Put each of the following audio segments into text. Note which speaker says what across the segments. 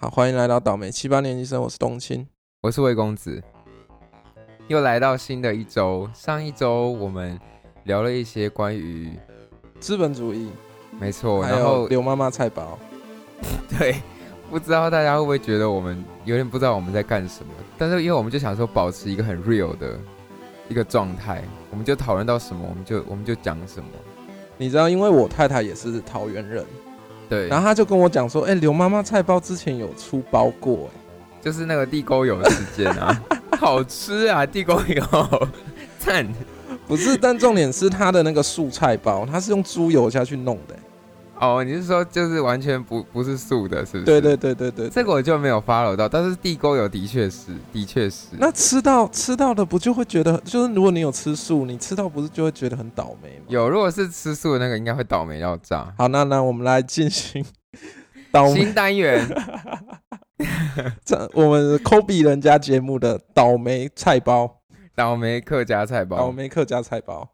Speaker 1: 好，欢迎来到倒霉七八年级生，我是冬青。
Speaker 2: 我是魏公子，又来到新的一周。上一周我们聊了一些关于，
Speaker 1: 资本主义，
Speaker 2: 没错，
Speaker 1: 还
Speaker 2: 哦然
Speaker 1: 有
Speaker 2: 后
Speaker 1: 刘妈妈菜包，
Speaker 2: 对，不知道大家会不会觉得我们有点不知道我们在干什么？但是因为我们就想说保持一个很 real 的一个状态，我们就讨论到什么，我们就我们就讲什么。
Speaker 1: 你知道，因为我太太也是桃园人，
Speaker 2: 对，
Speaker 1: 然后她就跟我讲说，哎、刘妈妈菜包之前有出包过、哎，
Speaker 2: 就是那个地沟油事件啊， 好吃啊，地沟油， 赞。
Speaker 1: 不是，但重点是她的那个素菜包，她是用猪油下去弄的、哎
Speaker 2: 哦，你是说就是完全不不是素的，是不是？
Speaker 1: 对对对对对，
Speaker 2: 这个我就没有 follow 到，但是地沟油的确是，的确是。
Speaker 1: 那吃到吃到的不就会觉得，就是如果你有吃素，你吃到不是就会觉得很倒霉吗？
Speaker 2: 有，如果是吃素的那个，应该会倒霉到炸。
Speaker 1: 好，那那我们来进行 倒霉，
Speaker 2: 新单元
Speaker 1: 这我们 Kobe 人家节目的倒霉菜包，
Speaker 2: 倒霉客家菜
Speaker 1: 倒
Speaker 2: 包，
Speaker 1: 霉客家菜包。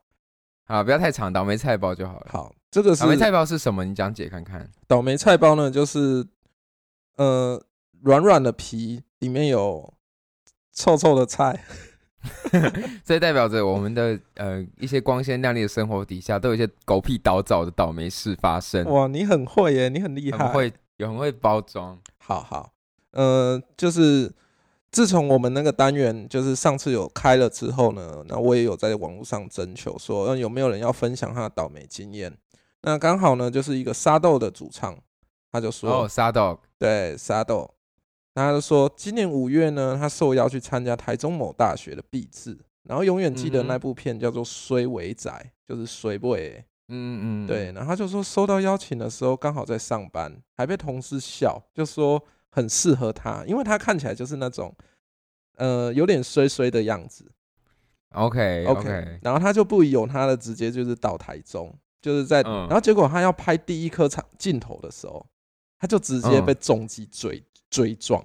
Speaker 2: 啊，不要太长，倒霉菜包就好了。
Speaker 1: 好，这个是
Speaker 2: 倒霉菜包是什么？你讲解看看。
Speaker 1: 倒霉菜包呢，就是呃软软的皮，里面有臭臭的菜。
Speaker 2: 这代表着我们的呃一些光鲜亮丽的生活底下，都有一些狗屁倒灶的倒霉事发生。
Speaker 1: 哇，你很会耶，你很厉害。
Speaker 2: 很会，有很会包装。
Speaker 1: 好好，呃，就是自从我们那个单元就是上次有开了之后呢，那我也有在网络上征求说，呃，有没有人要分享他的倒霉经验？那刚好呢，就是一个沙豆的主唱，他就说，
Speaker 2: 哦，沙豆，
Speaker 1: 对沙豆，那他就说，今年五月呢，他受邀去参加台中某大学的毕制，然后永远记得
Speaker 2: 嗯哼
Speaker 1: 那部片叫做《衰尾仔》，就是衰尾。
Speaker 2: 嗯嗯，嗯
Speaker 1: 对，，然后他就说收到邀请的时候刚好在上班，还被同事笑，就说很适合他，因为他看起来就是那种呃有点衰衰的样子。
Speaker 2: OK
Speaker 1: OK，, 然后他就不疑有他的，直接就是到台中，就是在，
Speaker 2: 嗯
Speaker 1: 然后结果他要拍第一颗场镜头的时候，他就直接
Speaker 2: 嗯
Speaker 1: 被重击追、追撞，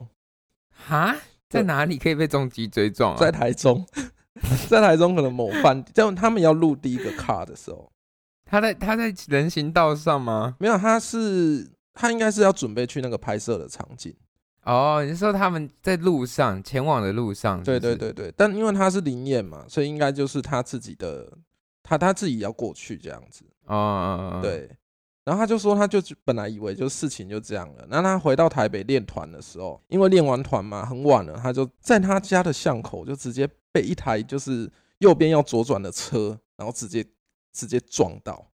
Speaker 2: 哈，在哪里可以被重击追撞啊？
Speaker 1: 在台中， 在台中可能某饭，就他们要录第一个卡的时候，
Speaker 2: 他在他在人行道上吗？
Speaker 1: 没有，他是他应该是要准备去那个拍摄的场景。
Speaker 2: 哦，你是说他们在路上前往的路上
Speaker 1: 对
Speaker 2: 是不
Speaker 1: 对
Speaker 2: 是
Speaker 1: 对对，但因为他是灵眼嘛，所以应该就是他自己的，他他自己要过去这样子。
Speaker 2: 哦，嗯，嗯嗯
Speaker 1: 对，然后他就说，他就本来以为就事情就这样了。那他回到台北练团的时候，因为练完团嘛，很晚了，他就在他家的巷口就直接被一台就是右边要左转的车，然后直接直接撞到，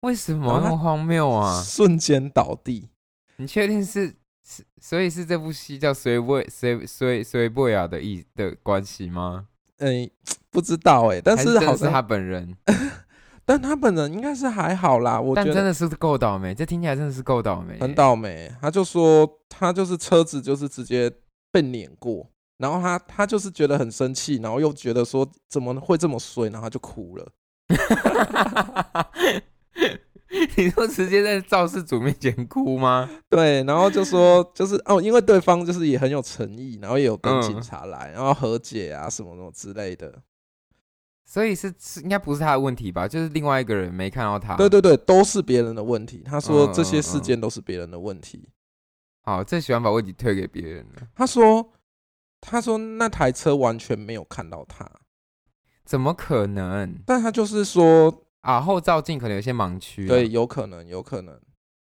Speaker 2: 为什
Speaker 1: 然
Speaker 2: 么
Speaker 1: 后
Speaker 2: 那
Speaker 1: 他
Speaker 2: 么荒谬啊？
Speaker 1: 瞬间倒地。
Speaker 2: 你确定是是所以是这部戏叫《随波随随随波亚》的意的关系吗？
Speaker 1: 哎，不知道哎、但
Speaker 2: 还
Speaker 1: 是
Speaker 2: 真
Speaker 1: 好
Speaker 2: 的是
Speaker 1: 像，
Speaker 2: 他本人，
Speaker 1: 但他本人应该是还好啦，我觉
Speaker 2: 但
Speaker 1: 得
Speaker 2: 真的是够倒霉，这听起来真的是够倒霉，
Speaker 1: 很倒霉。他就说他就是车子就是直接被碾过，然后他他就是觉得很生气，然后又觉得说怎么会这么衰，然后他就哭了。
Speaker 2: 你说直接在肇事主面前哭吗？
Speaker 1: 对，然后就说就是哦，因为对方就是也很有诚意，然后也有跟
Speaker 2: 嗯
Speaker 1: 警察来，然后和解啊什么什么之类的。
Speaker 2: 所以是是应该不是他的问题吧？就是另外一个人没看到他。
Speaker 1: 对对对，都是别人的问题。他说
Speaker 2: 啊嗯嗯
Speaker 1: 这些
Speaker 2: 嗯
Speaker 1: 事件都是别人的问题。
Speaker 2: 好，最喜欢把问题推给别人了。
Speaker 1: 他说他说那台车完全没有看到他，
Speaker 2: 怎么可能
Speaker 1: 但他就是说
Speaker 2: 啊？后照镜可能有些盲区、啊
Speaker 1: 对，，有可能，有可能，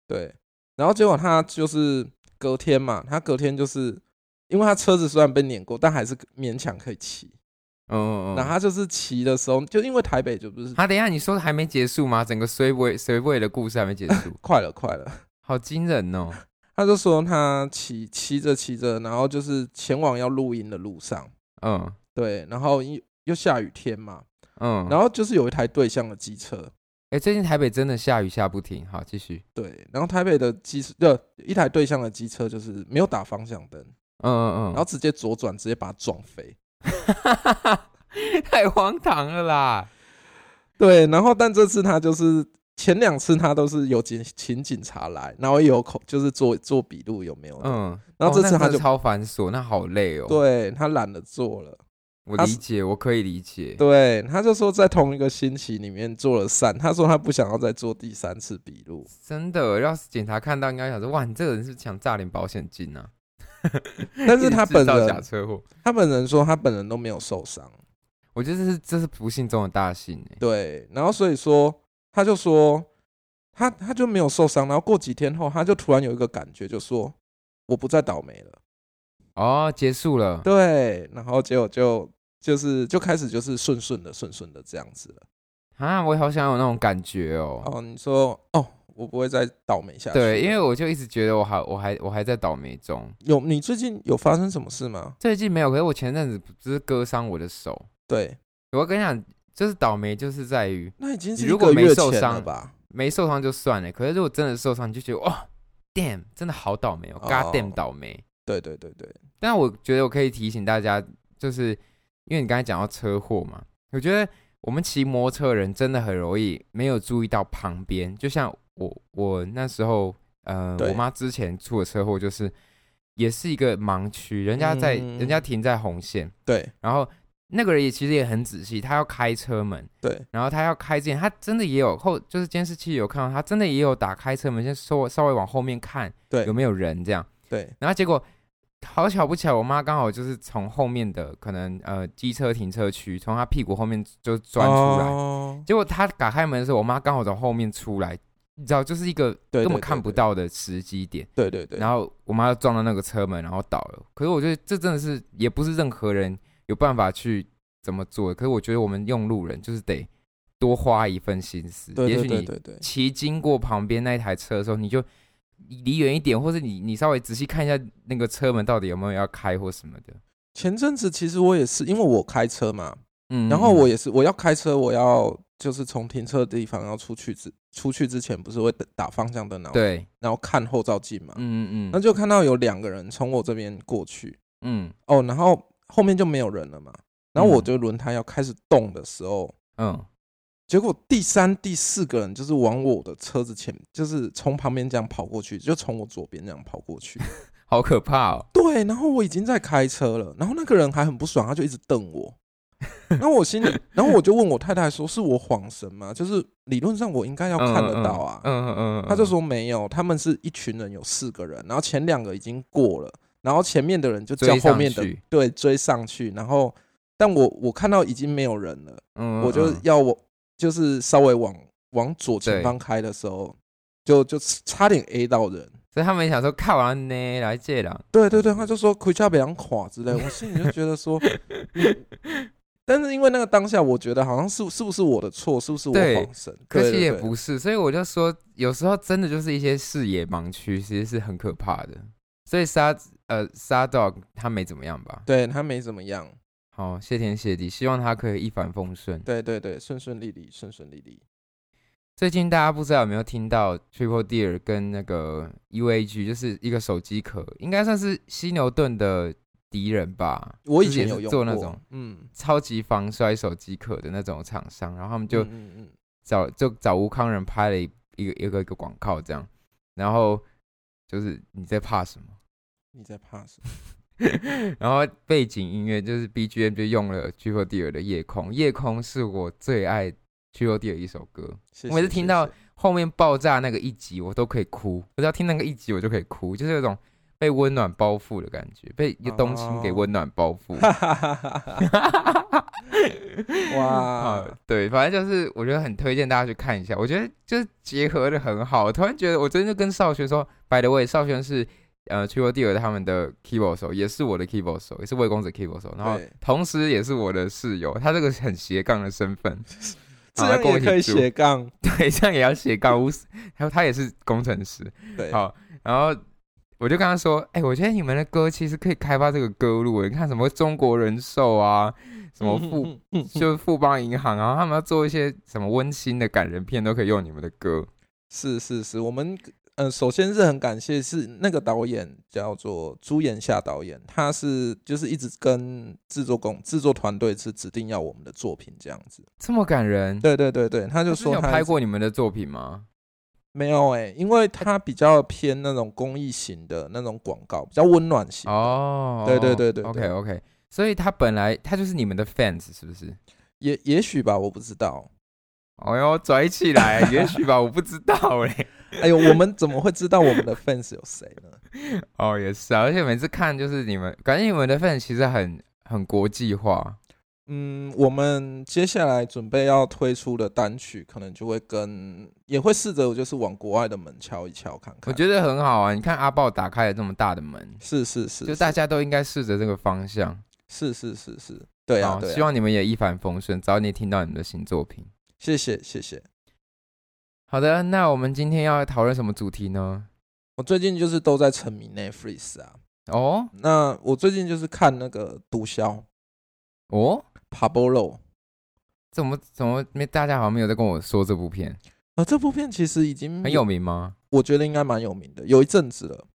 Speaker 1: 对。然后结果他就是隔天嘛，他隔天就是因为他车子虽然被碾过，但还是勉强可以骑。
Speaker 2: 嗯嗯嗯。
Speaker 1: 然后他就是骑的时候，就因为台北就不是，
Speaker 2: 啊，等一下，你说还没结束吗？整个衰位衰位的故事还没结束
Speaker 1: 快了快了，
Speaker 2: 好惊人哦！
Speaker 1: 他就说他骑骑着骑着，然后就是前往要录音的路上，
Speaker 2: 嗯
Speaker 1: 对，然后又又下雨天嘛，
Speaker 2: 嗯。
Speaker 1: 然
Speaker 2: 后，
Speaker 1: 后就是有一台对向的机车，
Speaker 2: 哎、最近台北真的下雨下不停。好，继续。
Speaker 1: 对，然后台北的机车呃一台对向的机车就是没有打方向灯，
Speaker 2: 嗯嗯嗯。
Speaker 1: 然后直接左转，直接把他撞飞。
Speaker 2: 后， 太荒唐了啦！
Speaker 1: 对，然后但这次他就是前两次他都是有警请警察来，然后也有口就是做做笔录有没有的？
Speaker 2: 嗯。
Speaker 1: 然后这
Speaker 2: 哦那
Speaker 1: 次他
Speaker 2: 真的
Speaker 1: 就
Speaker 2: 超繁琐，那好累哦。，
Speaker 1: 对他懒得做了，
Speaker 2: 我
Speaker 1: 他
Speaker 2: 理
Speaker 1: 是
Speaker 2: 解，我可以理解。
Speaker 1: 对他就说在同一个星期里面做了三，他说他不想要再做第三次笔录。
Speaker 2: 真的，要是警察看到，应该想说：哇，你这个人是不是想诈领保险金啊？
Speaker 1: 但是他本
Speaker 2: 制造假
Speaker 1: 人，
Speaker 2: 车祸，
Speaker 1: 他本人说他本人都没有受伤，
Speaker 2: 我觉得这是这是不幸中的大幸哎、
Speaker 1: 对，然后所以说他就说他他就没有受伤，然后过几天后他就突然有一个感觉，就说我不再倒霉了，
Speaker 2: 哦，结束了，
Speaker 1: 对，然后结果就就是就开始就是顺顺的顺顺的这样子了。
Speaker 2: 啊，我好想有那种感觉哦。
Speaker 1: 哦，你说哦，我不会再倒霉下去了。
Speaker 2: 对，因为我就一直觉得我还我还我还在倒霉中。
Speaker 1: 有你最近有发生什么事吗？
Speaker 2: 最近没有，可是我前阵子不是割伤我的手。
Speaker 1: 对，
Speaker 2: 我跟你讲，就是倒霉就是在于
Speaker 1: 那已经
Speaker 2: 你
Speaker 1: 是一
Speaker 2: 如果
Speaker 1: 个
Speaker 2: 没
Speaker 1: 月
Speaker 2: 受
Speaker 1: 前了
Speaker 2: 伤
Speaker 1: 吧？
Speaker 2: 没受伤就算了，可是如果真的受伤，你就觉得哇，damn，真的好倒霉哦
Speaker 1: 哦
Speaker 2: ，god damn 倒霉。
Speaker 1: 对对对对，
Speaker 2: 但我觉得我可以提醒大家，就是因为你刚才讲到车祸嘛，我觉得我们骑摩托车的人真的很容易没有注意到旁边。就像我，我那时候，呃，
Speaker 1: 对
Speaker 2: 我妈之前出的车祸就是也是一个盲区，人家在、
Speaker 1: 嗯
Speaker 2: 人家停在红线，
Speaker 1: 对
Speaker 2: 然后那个人也其实也很仔细，他要开车门，
Speaker 1: 对，
Speaker 2: 然后他要开之前，他真的也有后，就是监视器有看到，他真的也有打开车门，先稍稍微往后面看
Speaker 1: 对
Speaker 2: 有没有人这样。
Speaker 1: 对
Speaker 2: 然后结果好巧不巧，我妈刚好就是从后面的可能呃机车停车区，从她屁股后面就钻出来。
Speaker 1: 哦
Speaker 2: 结果她打开门的时候，我妈刚好从后面出来，你知道，就是一个
Speaker 1: 对
Speaker 2: 根
Speaker 1: 对
Speaker 2: 本
Speaker 1: 对
Speaker 2: 看不
Speaker 1: 对
Speaker 2: 到的时机点。
Speaker 1: 对对对，
Speaker 2: 然后我妈就撞到那个车门，然后倒了。可是我觉得这真的是也不是任何人有办法去怎么做的。可是我觉得我们用路人就是得多花一份心思。
Speaker 1: 对对
Speaker 2: 也许
Speaker 1: 对
Speaker 2: 你
Speaker 1: 对对，
Speaker 2: 骑经过旁边那一台车的时候，你就离远一点，或是你你稍微仔细看一下那个车门到底有没有要开或什么的。
Speaker 1: 前阵子其实我也是，因为我开车嘛，
Speaker 2: 嗯
Speaker 1: 然后我也是，我要开车，我要就是从停车的地方要出去之出去之前，不是会打方向灯，然后
Speaker 2: 对，
Speaker 1: 然后看后照镜嘛，
Speaker 2: 嗯嗯
Speaker 1: 哦那
Speaker 2: 嗯
Speaker 1: 就看到有两个人从我这边过去，
Speaker 2: 嗯
Speaker 1: 哦，然后后面就没有人了嘛，然后我
Speaker 2: 嗯
Speaker 1: 就轮胎要开始动的时候，
Speaker 2: 嗯，
Speaker 1: 结果第三、第四个人就是往我的车子前，就是从旁边这样跑过去，就从我左边这样跑过 去。
Speaker 2: 好可怕哦！
Speaker 1: 对，然后我已经在开车了，然后那个人还很不爽，他就一直瞪我。然后我心里，然后我就问我太太说：“是我晃神吗？就是理论上我应该要看得到啊。
Speaker 2: 嗯嗯嗯，嗯
Speaker 1: 他就，说：“没有，他们是一群人，有四个人，然后前两个已经过了，然后前面的人就叫
Speaker 2: 追上
Speaker 1: 后面的
Speaker 2: 去
Speaker 1: 对追上去，然后但我我看到已经没有人了。”
Speaker 2: 嗯
Speaker 1: 我就
Speaker 2: 嗯
Speaker 1: 要我就是稍微往往左前
Speaker 2: 对
Speaker 1: 方开的时候，就就差点 A 到人。
Speaker 2: 所以他们想说靠啊呢来借了，
Speaker 1: 对对对，他就说盔甲被人垮之类，我心里就觉得 说，嗯但是因为那个当下，我觉得好像是是不是我的错，是不是我
Speaker 2: 对
Speaker 1: 晃神？
Speaker 2: 可
Speaker 1: 对
Speaker 2: 惜
Speaker 1: 对
Speaker 2: 也
Speaker 1: 对
Speaker 2: 不是，所以我就说有时候真的就是一些视野盲区，其实是很可怕的。所以沙呃沙 dog 他没怎么样吧？
Speaker 1: 对他没怎么样。
Speaker 2: 好，谢天谢地，希望他可以一帆风顺。
Speaker 1: 对对对，顺顺利利，顺顺利利。
Speaker 2: 最近大家不知道有没有听到 Triple Deer 跟那个 UAG，就是一个手机壳，应该算是犀牛盾的敌人吧？
Speaker 1: 我以
Speaker 2: 就是
Speaker 1: 前
Speaker 2: 也
Speaker 1: 有
Speaker 2: 是
Speaker 1: 用过
Speaker 2: 做那种，
Speaker 1: 嗯，
Speaker 2: 超级防摔手机壳的那种厂商，然后他们就
Speaker 1: 嗯嗯嗯，
Speaker 2: 找就找吴康仁拍了一一个一个一个广告这样，然后就是你在怕 什么？
Speaker 1: 你在怕什么？
Speaker 2: 然后背景音乐就是 BGM 就用了 Triple Deer 的夜空，夜空是我最爱 Triple Deer 的一首歌。
Speaker 1: 谢
Speaker 2: 我每
Speaker 1: 谢
Speaker 2: 次听
Speaker 1: 谢
Speaker 2: 到
Speaker 1: 谢
Speaker 2: 后面爆炸那个一集，我都可以哭。我只要听那个一集，我就可以哭，就是有种被温暖包覆的感觉，被
Speaker 1: 哦
Speaker 2: 东青给温暖包覆。
Speaker 1: 哈哈哈哈哈哈，哇
Speaker 2: 啊，，对，反正就是我觉得很推荐大家去看一下，我觉得就是结合的很好。我突然觉得，我昨天就跟少轩说，by the way，少轩是呃 t r i p l d e r 他们的 keyboard 手，也是我的 keyboard 手，也是魏公子 keyboard 手，然后
Speaker 1: 对
Speaker 2: 同时也是我的室友，他这个很斜杠的身份，
Speaker 1: 这
Speaker 2: 好来
Speaker 1: 样
Speaker 2: 跟我
Speaker 1: 也
Speaker 2: 一
Speaker 1: 可以
Speaker 2: 起住
Speaker 1: 斜杠。
Speaker 2: 对，这样也要斜杠，无私，然后他也是工程师，
Speaker 1: 对，
Speaker 2: 好然后我就跟他说：“哎、我觉得你们的歌其实可以开发这个歌路，欸你看什么中国人寿啊，什 么富
Speaker 1: 嗯嗯嗯
Speaker 2: 就是富邦银行啊，他们要做一些什么温馨的感人片，都可以用你们的歌。
Speaker 1: 是是是，我们呃，首先是很感谢是那个导演叫做朱延夏导演，他是就是一直跟制作公制作团队是指定要我们的作品这样子。
Speaker 2: 这么感人，
Speaker 1: 对对对对，他就
Speaker 2: 他之前
Speaker 1: 说
Speaker 2: 有
Speaker 1: 他
Speaker 2: 拍过你们的作品吗？
Speaker 1: 没有哎、因为他比较偏那种公益型的那种广告，比较温暖型。
Speaker 2: 哦，
Speaker 1: 对对对对对
Speaker 2: ，OK OK，所以他本来他就是你们的 fans 是不是？哦
Speaker 1: 也也许吧，我不知道。
Speaker 2: 哎呦，拽起来，也许吧，我不知道嘞。
Speaker 1: 哎呦，我们怎么会知道我们的 fans 有谁呢？
Speaker 2: 哦，也是啊，而且每次看就是你们，感觉你们的 fan 其实很很国际化，
Speaker 1: 嗯，我们接下来准备要推出的单曲，可能就会跟也会试着就是往国外的门敲一敲看看。
Speaker 2: 我觉得很好啊。你看阿豹打开了这么大的门，
Speaker 1: 是是是，
Speaker 2: 就大家都应该试着这个方向。
Speaker 1: 是是是是，对啊
Speaker 2: 好
Speaker 1: 对啊
Speaker 2: 希望你们也一帆风顺，早点听到你们的新作品。
Speaker 1: 谢谢谢谢。
Speaker 2: 好的，那我们今天要讨论什么主题呢？
Speaker 1: 我最近就是都在沉迷 Netflix 啊，
Speaker 2: 哦
Speaker 1: 那我最近就是看那个毒枭
Speaker 2: 哦，
Speaker 1: Pablo
Speaker 2: 怎么怎么没大家好像没有在跟我说这部片
Speaker 1: 啊，这部片其实已经
Speaker 2: 很有，名吗？
Speaker 1: 我觉得应该蛮有名的，有一阵子了。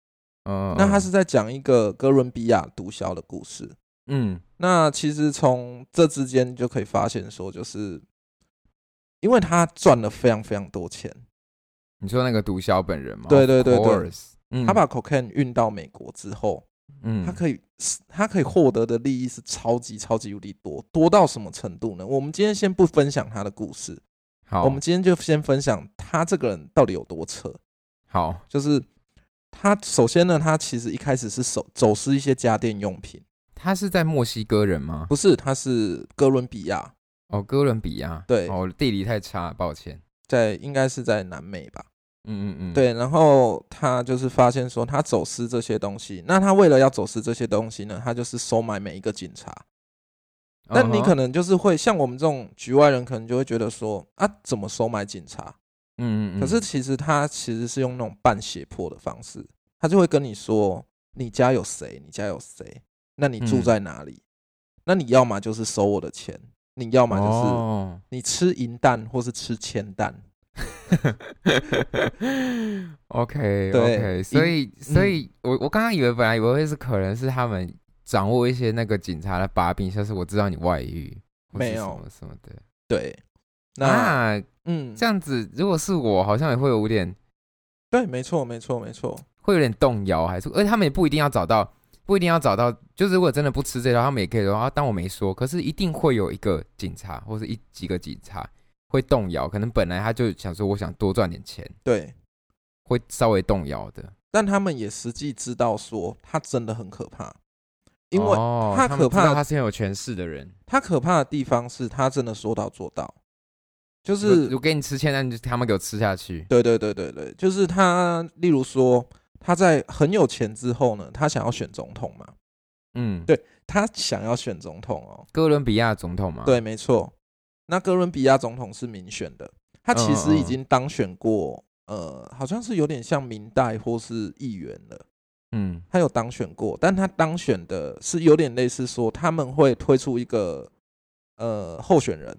Speaker 2: 嗯，
Speaker 1: 那他是在讲一个哥伦比亚毒枭的故事。
Speaker 2: 嗯
Speaker 1: 那其实从这之间就可以发现，说就是因为他赚了非常非常多钱，
Speaker 2: 你说那个毒枭本人吗？
Speaker 1: 对对对
Speaker 2: Of
Speaker 1: 对
Speaker 2: course，嗯，
Speaker 1: 他把 cocaine 运到美国之后，
Speaker 2: 嗯
Speaker 1: 他可以他可以获得的利益是超级超级无敌多，多到什么程度呢？我们今天先不分享他的故事，
Speaker 2: 好，
Speaker 1: 我们今天就先分享他这个人到底有多扯。
Speaker 2: 好
Speaker 1: 就是他首先呢，他其实一开始是走走私一些家电用品，
Speaker 2: 他是在墨西哥人吗？
Speaker 1: 不是，他是哥伦比亚，
Speaker 2: 哦，哥伦比亚。
Speaker 1: 对
Speaker 2: 哦，地理太差，抱歉。
Speaker 1: 在应该是在南美吧。
Speaker 2: 嗯嗯嗯，，
Speaker 1: 对，然后他就是发现说他走私这些东西，那他为了要走私这些东西呢，他就是收买每一个警察。
Speaker 2: 嗯
Speaker 1: 但你可，能就是会像我们这种局外人，可能就会觉得说啊，怎么收买警察？
Speaker 2: 嗯嗯嗯，
Speaker 1: 可是其实他其实是用那种半胁迫的方式，他就会跟你说你家有谁，你家有谁，那你住
Speaker 2: 嗯
Speaker 1: 在哪里？那你要么就是收我的钱，你要么就是
Speaker 2: 哦，
Speaker 1: 你吃银弹或是吃铅弹。
Speaker 2: 哦 OK
Speaker 1: 对嗯
Speaker 2: OK，
Speaker 1: 因
Speaker 2: 所以所以我我刚刚以为本来以为会是可能是他们掌握一些那个警察的把柄，像是我知道你外遇，或是
Speaker 1: 没有
Speaker 2: 什么什么的。
Speaker 1: 对，那、
Speaker 2: 那
Speaker 1: 嗯，
Speaker 2: 啊这样子，如果是我，好像也会有点
Speaker 1: 对，没错，没错，没错，
Speaker 2: 会有点动摇，还是而呃且他们也不一定要找到，不一定要找到，就是如果真的不吃这套，他们也可以说啊，当我没说。可是一定会有一个警察或是一几个警察会动摇，可能本来他就想说我想多赚点钱，
Speaker 1: 对。
Speaker 2: 会稍微动摇的，
Speaker 1: 但他们也实际知道说他真的很可怕，因为
Speaker 2: 哦
Speaker 1: 他
Speaker 2: 他
Speaker 1: 可
Speaker 2: 们知
Speaker 1: 怕
Speaker 2: 道他是很有权势的人。
Speaker 1: 他可怕的地方是他真的说到做到，就
Speaker 2: 我
Speaker 1: 是
Speaker 2: 我给你吃现在你就他们给我吃下去。
Speaker 1: 对对对对对，就是他，例如说他在很有钱之后呢，他想要选总统嘛，
Speaker 2: 嗯，
Speaker 1: 对他想要选总统哦，
Speaker 2: 哥伦比亚总统嘛，，
Speaker 1: 对，没错。那哥伦比亚总统是民选的，他其实
Speaker 2: 嗯
Speaker 1: 已经当选过，呃，好像是有点像明代或是议员了，
Speaker 2: 嗯，
Speaker 1: 他有当选过，但他当选的是有点类似说他们会推出一个呃候选人，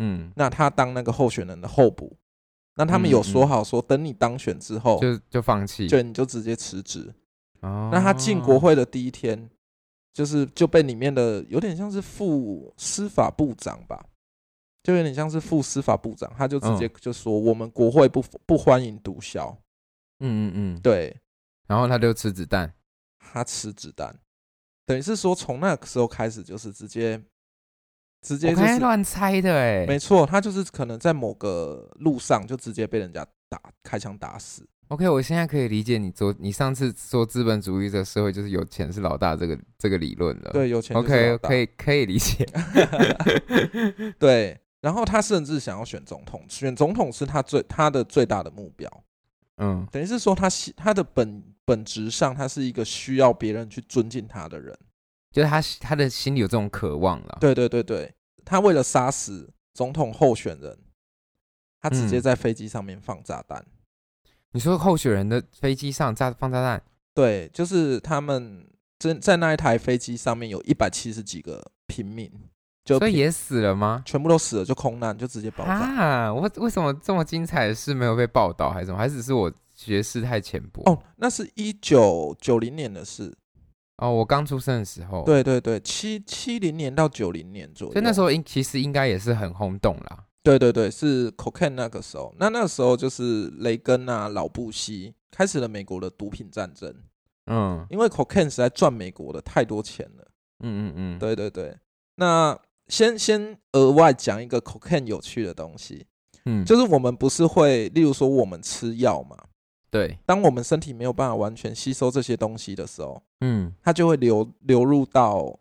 Speaker 2: 嗯，
Speaker 1: 那他当那个候选人的候补，那他们有说好说，等你当选之后，
Speaker 2: 就就放弃。
Speaker 1: 哦就你就直接辞职。
Speaker 2: 哦
Speaker 1: 那他进国，会的第一天，就是就被里面的有点像是副司法部长吧，就有点像是副司法部长，他就直
Speaker 2: 嗯
Speaker 1: 接就说我们国会不不欢迎毒枭，
Speaker 2: 嗯嗯嗯，
Speaker 1: 对
Speaker 2: 然后他就吃子弹。
Speaker 1: 他吃子弹，等于是说从那个时候开始就是直接直接
Speaker 2: 我
Speaker 1: 就
Speaker 2: 刚才
Speaker 1: 是
Speaker 2: 乱猜的哎，
Speaker 1: 没错，他就是可能在某个路上就直接被人家打开枪打死。
Speaker 2: OK，我现在可以理解你昨你上次说资本主义的社会就是有钱是老大这个这个理论了。
Speaker 1: 对，有钱就是
Speaker 2: 呃，OK，
Speaker 1: 老大
Speaker 2: 可以可以理解。
Speaker 1: 对。然后他甚至想要选总统，选总统是他最他的最大的目标，
Speaker 2: 嗯
Speaker 1: 等于是说他希他的本本质上他是一个需要别人去尊敬他的人。
Speaker 2: 就是他他的心里有这种渴望了。，
Speaker 1: 对对对对，他为了杀死总统候选人，他直接
Speaker 2: 嗯
Speaker 1: 在飞机上面放炸弹。
Speaker 2: 你说候选人的飞机上炸放炸弹，
Speaker 1: 对，就是他们真在那一台飞机上面有一百七十几个平民，就
Speaker 2: 所以
Speaker 1: 平
Speaker 2: 也死了吗？
Speaker 1: 全部都死了，就空难，就直接爆炸。
Speaker 2: 啊，我为什么这么精彩的事没有被报道，还是什么？还只是我学识太浅薄？
Speaker 1: 哦，那是一九九零年的事，
Speaker 2: 哦我刚出生的时候，，
Speaker 1: 对对对，七七零年到九零年左右，
Speaker 2: 哦所以那时候应其实应该也是很轰动啦。
Speaker 1: 对对对，是 cocaine 那个时候，那那个时候就是雷根啊、老布希开始了美国的毒品战争，
Speaker 2: 嗯
Speaker 1: 因为 cocaine 实在赚美国的太多钱了。
Speaker 2: 嗯嗯嗯，，
Speaker 1: 对对对，那先先额外讲一个 cocaine 有趣的东西，
Speaker 2: 嗯，
Speaker 1: 就是我们不是会，例如说我们吃药嘛，
Speaker 2: 对，
Speaker 1: 当我们身体没有办法完全吸收这些东西的时候，
Speaker 2: 嗯，
Speaker 1: 它就会流流入到，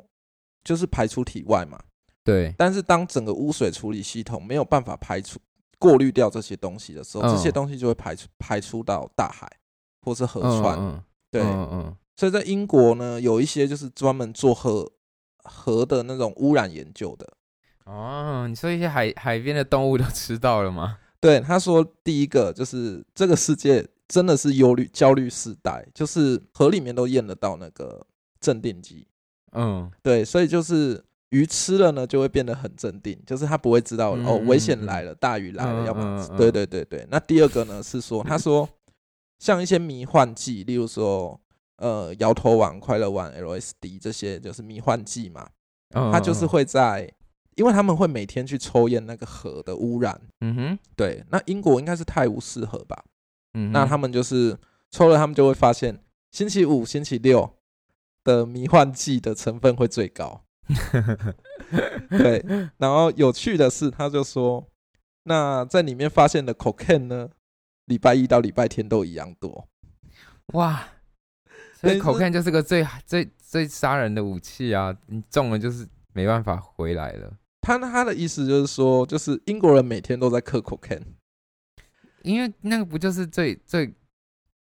Speaker 1: 就是排出体外嘛。
Speaker 2: 对，
Speaker 1: 但是当整个污水处理系统没有办法排除、过滤掉这些东西的时候，
Speaker 2: 嗯
Speaker 1: 这些东西就会排出排出到大海或是河
Speaker 2: 嗯
Speaker 1: 川。
Speaker 2: 嗯，
Speaker 1: 对，
Speaker 2: 嗯嗯，
Speaker 1: 所以在英国呢，有一些就是专门做河河的那种污染研究的。
Speaker 2: 哦，你说一些海海边的动物都吃到 了吗？
Speaker 1: 对，他说第一个就是这个世界真的是忧虑焦虑世代，就是河里面都验得到那个镇定剂。
Speaker 2: 嗯，
Speaker 1: 对，所以就是鱼吃了呢，就会变得很镇定，就是它不会知道、
Speaker 2: 嗯
Speaker 1: 哦
Speaker 2: 嗯
Speaker 1: 危
Speaker 2: 嗯
Speaker 1: 险
Speaker 2: 嗯
Speaker 1: 来了，大鱼来了，
Speaker 2: 嗯
Speaker 1: 要不然、
Speaker 2: 嗯嗯
Speaker 1: 对对对对。那第二个呢是说，他说像一些迷幻剂，例如说呃摇头丸、快乐丸、LSD 这些就是迷幻剂嘛，它
Speaker 2: 它
Speaker 1: 就是，会在，因为他们会每天去抽验那个河的污染。
Speaker 2: 嗯哼，
Speaker 1: 对，那英国应该是泰晤士河吧？
Speaker 2: 嗯哼，
Speaker 1: 那 他们就是抽了，他们就会发现星期五、星期六的迷幻剂的成分会最 高。对，然后有趣的是，他就说，那在里面发现的 cocaine 呢，礼拜一到礼拜天都一样多。
Speaker 2: 哇，所以
Speaker 1: 对
Speaker 2: 口
Speaker 1: 是
Speaker 2: 看就是个最最最杀人的武器啊！你中了就是没办法回来了，
Speaker 1: 他他的意思就是说，就是英国人每天都在嗑 cocaine。
Speaker 2: 因为那个不就是最最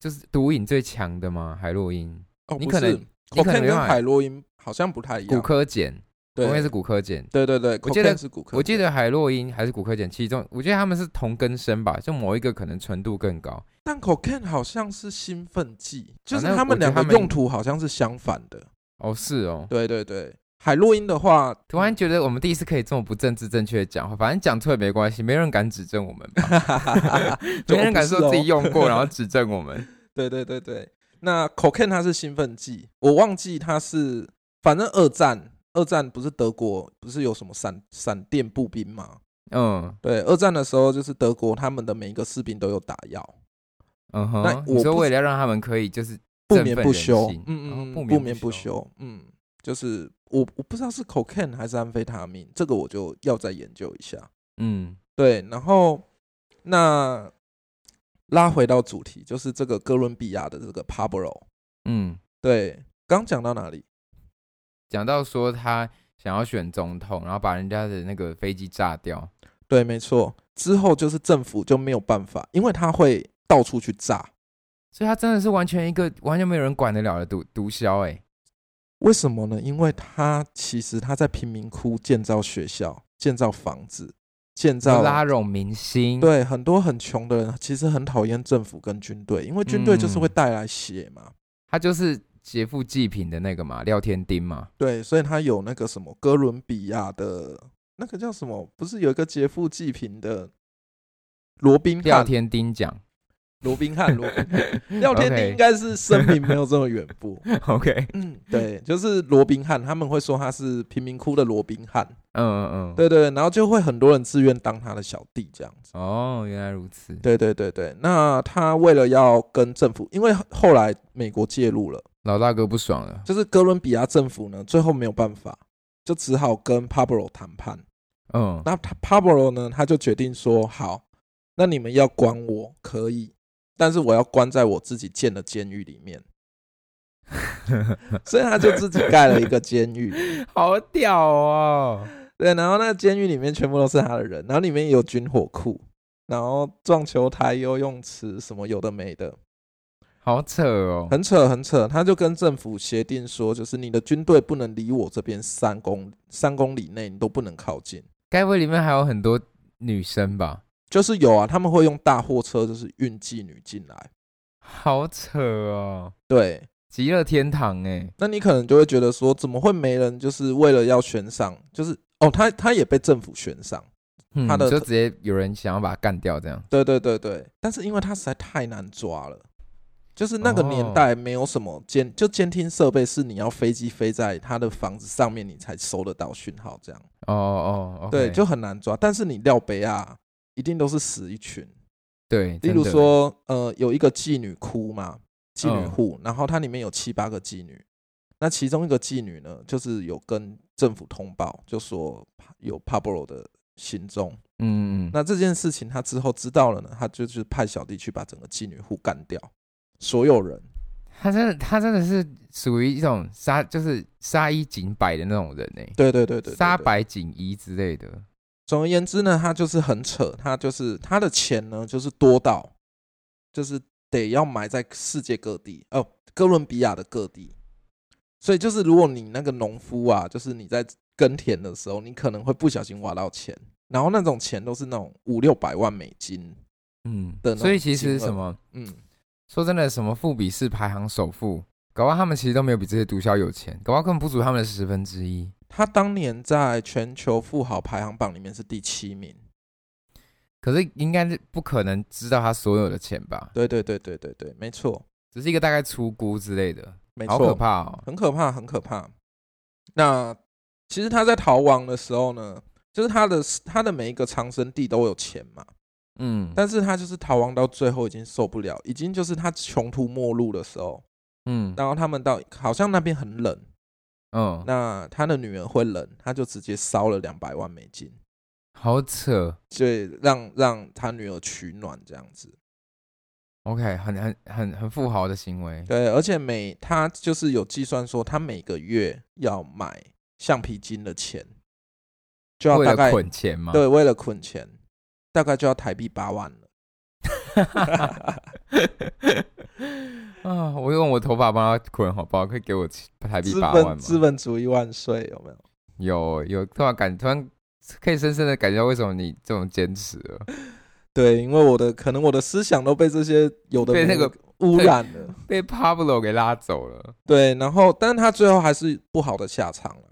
Speaker 2: 就是毒瘾最强的吗？海洛因、
Speaker 1: 哦，
Speaker 2: 你
Speaker 1: 不
Speaker 2: 可
Speaker 1: 是
Speaker 2: 能你可能
Speaker 1: cocaine
Speaker 2: 没
Speaker 1: 跟
Speaker 2: 办法
Speaker 1: 海洛因好像不太一
Speaker 2: 骨
Speaker 1: 样。
Speaker 2: 科碱，
Speaker 1: 对
Speaker 2: 因为是骨科碱。
Speaker 1: 对对对，
Speaker 2: 我记得
Speaker 1: cocaine 是骨科碱，
Speaker 2: 我记得海洛因还是骨科碱，其中我觉得他们是同根生吧，就某一个可能纯度更高。
Speaker 1: 但 cocaine 好像是兴奋剂，就
Speaker 2: 啊
Speaker 1: 是
Speaker 2: 那
Speaker 1: 他
Speaker 2: 我
Speaker 1: 们
Speaker 2: 觉得
Speaker 1: 两个
Speaker 2: 他们
Speaker 1: 用途好像是相反的。
Speaker 2: 哦，是哦。
Speaker 1: 对对对，海洛因的话，
Speaker 2: 突然觉得我们第一次可以这么不政治正确的讲话，反正讲错也没关系，没人敢指正我们 吧，
Speaker 1: 就
Speaker 2: 没人敢说自己
Speaker 1: 不是哦。
Speaker 2: 用过然后指正 我们。
Speaker 1: 对对对对，那 cocaine 它是兴奋剂，我忘记它是，反正二战二战不是德国不是有什么闪闪电步兵嘛？
Speaker 2: 嗯，
Speaker 1: 对，二战的时候就是德国他们的每一个士兵都有打药，
Speaker 2: 嗯
Speaker 1: 那
Speaker 2: 哼，
Speaker 1: 我
Speaker 2: 你说
Speaker 1: 不
Speaker 2: 为了要让他们可以就是
Speaker 1: 不
Speaker 2: 振
Speaker 1: 眠
Speaker 2: 奋
Speaker 1: 不
Speaker 2: 人
Speaker 1: 休
Speaker 2: 心，
Speaker 1: 嗯嗯，
Speaker 2: 哦
Speaker 1: 嗯
Speaker 2: 不
Speaker 1: 眠不
Speaker 2: 不，
Speaker 1: 休，嗯，就是我我不知道是 cocaine 还是安非他命，这个我就要再研究一下。
Speaker 2: 嗯
Speaker 1: 对，然后那拉回到主题，就是这个哥伦比亚的这个 Pablo，
Speaker 2: 嗯。
Speaker 1: 对，刚讲到哪里？
Speaker 2: 讲到说他想要选总统，然后把人家的那个飞机炸掉，
Speaker 1: 对，没错，之后就是政府就没有办法，因为他会到处去炸。
Speaker 2: 所以他真的是完全一个完全没有人管得了的毒毒枭哎、
Speaker 1: 为什么呢？因为他其实他在贫民窟建造学校、建造房子、建造
Speaker 2: 拉拢明星，
Speaker 1: 对，很多很穷的人其实很讨厌政府跟军队，因为军队就是会
Speaker 2: 嗯
Speaker 1: 带来血嘛。
Speaker 2: 他就是劫富济贫的那个嘛，廖天丁嘛，
Speaker 1: 对，所以他有那个什么哥伦比亚的那个叫什么？不是有一个劫富济贫的罗宾
Speaker 2: 廖
Speaker 1: 汉？
Speaker 2: 天丁奖。
Speaker 1: 罗宾汉，罗宾汉， 廖天丁
Speaker 2: OK
Speaker 1: 应该是声名没有这么远播。
Speaker 2: OK，
Speaker 1: 嗯，对，就是罗宾汉，他们会说他是贫民窟的罗宾汉。
Speaker 2: 嗯嗯嗯，，
Speaker 1: 对对，对然后就会很多人自愿当他的小弟这样子。
Speaker 2: 哦，原来如此，
Speaker 1: 对对对对，那他为了要跟政府，因为后来美国介入了。
Speaker 2: 老大哥不爽了，
Speaker 1: 就是哥伦比亚政府呢，最后没有办法，就只好跟 Pablo 谈判。
Speaker 2: 嗯
Speaker 1: 那他 Pablo 呢，他就决定说，好，那你们要关我可以，但是我要关在我自己建的监狱里面。所以他就自己盖了一个监狱，
Speaker 2: 好屌哦，
Speaker 1: 对，然后那个监狱里面全部都是他的人，然后里面也有军火库，然后撞球台、游泳池什么有的没的，
Speaker 2: 好扯哦，
Speaker 1: 很扯很扯，他就跟政府协定说，就是你的军队不能离我这边三公三公里内，你都不能靠近。
Speaker 2: 该不会里面还有很多女生吧？
Speaker 1: 就是有啊，他们会用大货车，就是运妓女进来。
Speaker 2: 好扯哦，
Speaker 1: 对，
Speaker 2: 极乐天堂哎，
Speaker 1: 那你可能就会觉得说，怎么会没人就是为了要悬赏，就是哦，他他也被政府悬赏。
Speaker 2: 嗯
Speaker 1: 他的
Speaker 2: 就直接有人想要把它干掉这样。
Speaker 1: 对对对对，但是因为他实在太难抓了，就是那个年
Speaker 2: 哦
Speaker 1: 代没有什么监，就监听设备是你要飞机飞在他的房子上面，你才收得到讯号这样。
Speaker 2: 哦哦哦，
Speaker 1: 对，
Speaker 2: OK
Speaker 1: 就很难抓。但是你廖北亚一定都是死一群，
Speaker 2: 对，
Speaker 1: 例
Speaker 2: 真
Speaker 1: 如
Speaker 2: 的，欸
Speaker 1: 说，呃，有一个妓女窟嘛，妓女
Speaker 2: 嗯
Speaker 1: 户，然后它里面有七八个妓女，那其中一个妓女呢，就是有跟政府通报，就说有 Pablo 的行踪，
Speaker 2: 嗯，
Speaker 1: 那这件事情他之后知道了呢，他就去派小弟去把整个妓女户干掉，所有人。
Speaker 2: 他真的他真的是属于一种杀，就是杀一儆百的那种人呢、
Speaker 1: 对对对对对
Speaker 2: 杀
Speaker 1: 对
Speaker 2: 百儆一之类的。
Speaker 1: 总而言之呢，他就是很扯，他就是他的钱呢，就是多到，就是得要埋在世界各地，哦，哥伦比亚的各地。所以就是，如果你那个农夫啊，就是你在耕田的时候，你可能会不小心挖到钱，然后那种钱都是那种五六百万美金。
Speaker 2: 嗯
Speaker 1: 的那，种
Speaker 2: 所以其实
Speaker 1: 金额
Speaker 2: 什么
Speaker 1: 嗯，
Speaker 2: 说真的，什么富比士排行首富，搞不好他们其实都没有比这些毒枭有钱，搞不好根本不足他们的十分之一。
Speaker 1: 他当年在全球富豪排行榜里面是第七名。
Speaker 2: 可是应该是不可能知道他所有的钱吧？
Speaker 1: 对对对对对对，没错，
Speaker 2: 只是一个大概粗估之类的，
Speaker 1: 没错，
Speaker 2: 好可怕哦。
Speaker 1: 很可怕，很可怕。那其实他在逃亡的时候呢，就是他的他的每一个藏身地都有钱嘛，
Speaker 2: 嗯，
Speaker 1: 但是他就是逃亡到最后已经受不了，已经就是他穷途末路的时候，
Speaker 2: 嗯
Speaker 1: 然后他们到好像那边很冷，
Speaker 2: 嗯，
Speaker 1: 那他的女儿会冷，他就直接烧了两百万美金，
Speaker 2: 好扯。
Speaker 1: 就让让他女儿取暖这样子。
Speaker 2: OK，很很很很富豪的行为。
Speaker 1: 对，而且每他就是有计算说，他每个月要买橡皮筋的钱，就要
Speaker 2: 为
Speaker 1: 大概
Speaker 2: 了捆钱嘛。
Speaker 1: 对，为了捆钱，大概就要台币八万了。
Speaker 2: 啊，我用我头发帮他捆好不好？可以给我台币
Speaker 1: 资
Speaker 2: 八万
Speaker 1: 本
Speaker 2: 吗？
Speaker 1: 资本主义万岁，有没有？
Speaker 2: 有有，突然感突然可以深深的感觉到为什么你这种坚持了。
Speaker 1: 对，因为我的可能我的思想都被这些有的
Speaker 2: 被
Speaker 1: 没
Speaker 2: 那
Speaker 1: 的
Speaker 2: 个
Speaker 1: 污
Speaker 2: 对
Speaker 1: 染了。
Speaker 2: 被 Pablo 给拉走了。
Speaker 1: 对，然后，但他最后还是不好的下场了。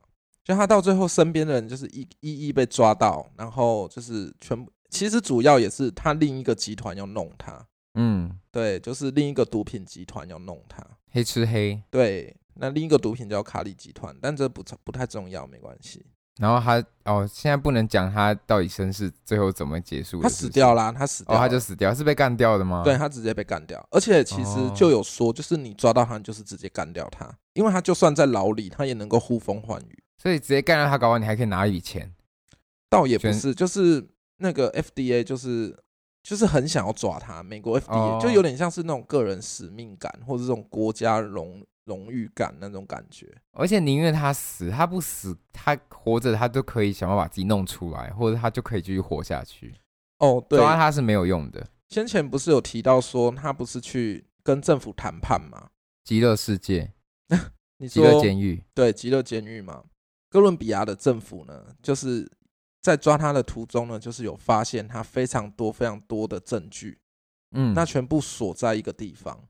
Speaker 1: 就他到最后，身边的人就是一一一被抓到，然后就是全部。其实主要也是他另一个集团要弄他，
Speaker 2: 嗯，
Speaker 1: 对，就是另一个毒品集团要弄他。
Speaker 2: 黑吃黑，
Speaker 1: 对，那另一个毒品叫卡利集团，但这不不太重要，没关系。
Speaker 2: 然后他哦，现在不能讲他到底身世最后怎么结束的
Speaker 1: 他
Speaker 2: 是
Speaker 1: 死
Speaker 2: 不是
Speaker 1: 掉啦，他死掉
Speaker 2: 哦，
Speaker 1: 了，
Speaker 2: 他就死掉，是被干掉的吗？
Speaker 1: 对，他直接被干掉，而且其
Speaker 2: 哦
Speaker 1: 实就有说，就是你抓到他，你就是直接干掉他，因为他就算在牢里，他也能够呼风唤雨。
Speaker 2: 所以直接干掉他，搞完你还可以拿一笔钱。
Speaker 1: 倒也不
Speaker 2: 全
Speaker 1: 是，就是那个 FDA 就是就是很想要抓他，美国 FDA、
Speaker 2: 哦
Speaker 1: 就有点像是那种个人使命感，或者这种国家荣荣誉感那种感觉。
Speaker 2: 而且宁愿他死，他不死，他活着，他都可以想办法把自己弄出来，或者他就可以继续活下去。
Speaker 1: 哦，对，
Speaker 2: 抓他是没有用的。
Speaker 1: 先前不是有提到说他不是去跟政府谈判吗？
Speaker 2: 极乐世界，
Speaker 1: 你
Speaker 2: 极
Speaker 1: 说
Speaker 2: 乐监狱，
Speaker 1: 对，极乐监狱嘛。哥伦比亚的政府呢，就是在抓他的途中呢，就是有发现他非常多非常多的证据，
Speaker 2: 嗯，
Speaker 1: 那全部锁在一个地方，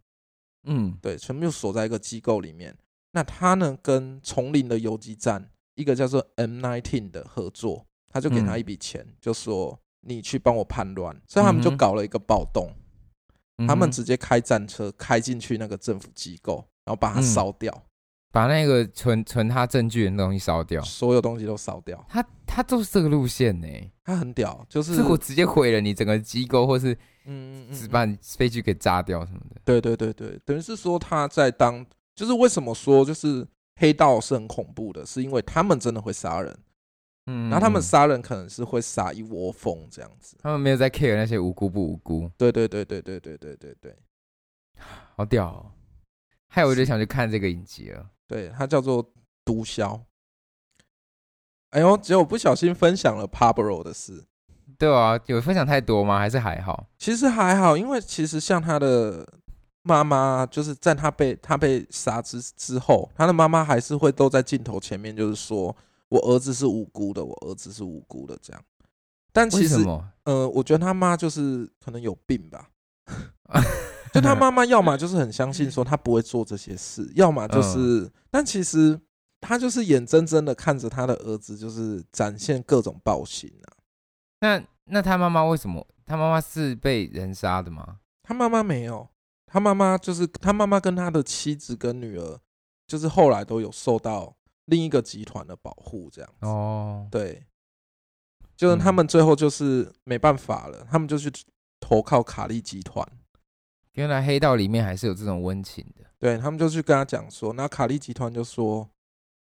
Speaker 2: 嗯
Speaker 1: 对，全部锁在一个机构里面。那他呢，跟丛林的游击战一个叫做 M nineteen 的合作，他就给他
Speaker 2: 嗯
Speaker 1: 一笔钱，就说你去帮我叛乱，所以他们就
Speaker 2: 嗯哼
Speaker 1: 搞了一个暴动，
Speaker 2: 嗯
Speaker 1: 他们
Speaker 2: 哼
Speaker 1: 直接开战车开进去那个政府机构，然后把它
Speaker 2: 嗯
Speaker 1: 烧掉，
Speaker 2: 把那个存存他证据的东西烧掉。
Speaker 1: 所有东西都烧掉。
Speaker 2: 他他就是这个路线呢，
Speaker 1: 他很屌，就是
Speaker 2: 是我直接毁了你整个机构，或是
Speaker 1: 嗯嗯
Speaker 2: 只
Speaker 1: 嗯
Speaker 2: 把你飞机给炸掉什么的。
Speaker 1: 对对对对，等于是说他在当，就是为什么说就是黑道是很恐怖的，是因为他们真的会杀人，
Speaker 2: 嗯，
Speaker 1: 然后他们
Speaker 2: 嗯
Speaker 1: 杀人可能是会杀一窝蜂这样子。
Speaker 2: 他们没有在 care 那些无辜不无辜，
Speaker 1: 对对对对对对对对对，
Speaker 2: 好屌、哦！害我就想去看这个影集了。
Speaker 1: 对，它叫做毒枭。哎呦，结果不小心分享了 Pablo 的事，
Speaker 2: 对啊，有分享太多吗？还是还好？
Speaker 1: 其实还好，因为其实像他的妈妈，就是在他被他被杀之之后，他的妈妈还是会都在镜头前面，就是说我儿子是无辜的，我儿子是无辜的这样。但
Speaker 2: 为
Speaker 1: 其
Speaker 2: 什
Speaker 1: 实，
Speaker 2: 么？
Speaker 1: 呃，我觉得他妈就是可能有病 吧。就他妈妈，要么就是很相信说他不会做这些事，要么
Speaker 2: 嗯
Speaker 1: 就是，但其实他就是眼睁睁的看着他的儿子就是展现各种暴行啊。
Speaker 2: 那那他妈妈为什么？他妈妈是被人杀的吗？
Speaker 1: 他妈妈没有，他妈妈就是他妈妈跟他的妻子跟女儿，就是后来都有受到另一个集团的保护，这样子。
Speaker 2: 哦，
Speaker 1: 对，就是他
Speaker 2: 嗯
Speaker 1: 们最后就是没办法了，他们就去投靠卡利集团。
Speaker 2: 原来黑道里面还是有这种温情的。
Speaker 1: 对他们就去跟他讲说，那卡利集团就说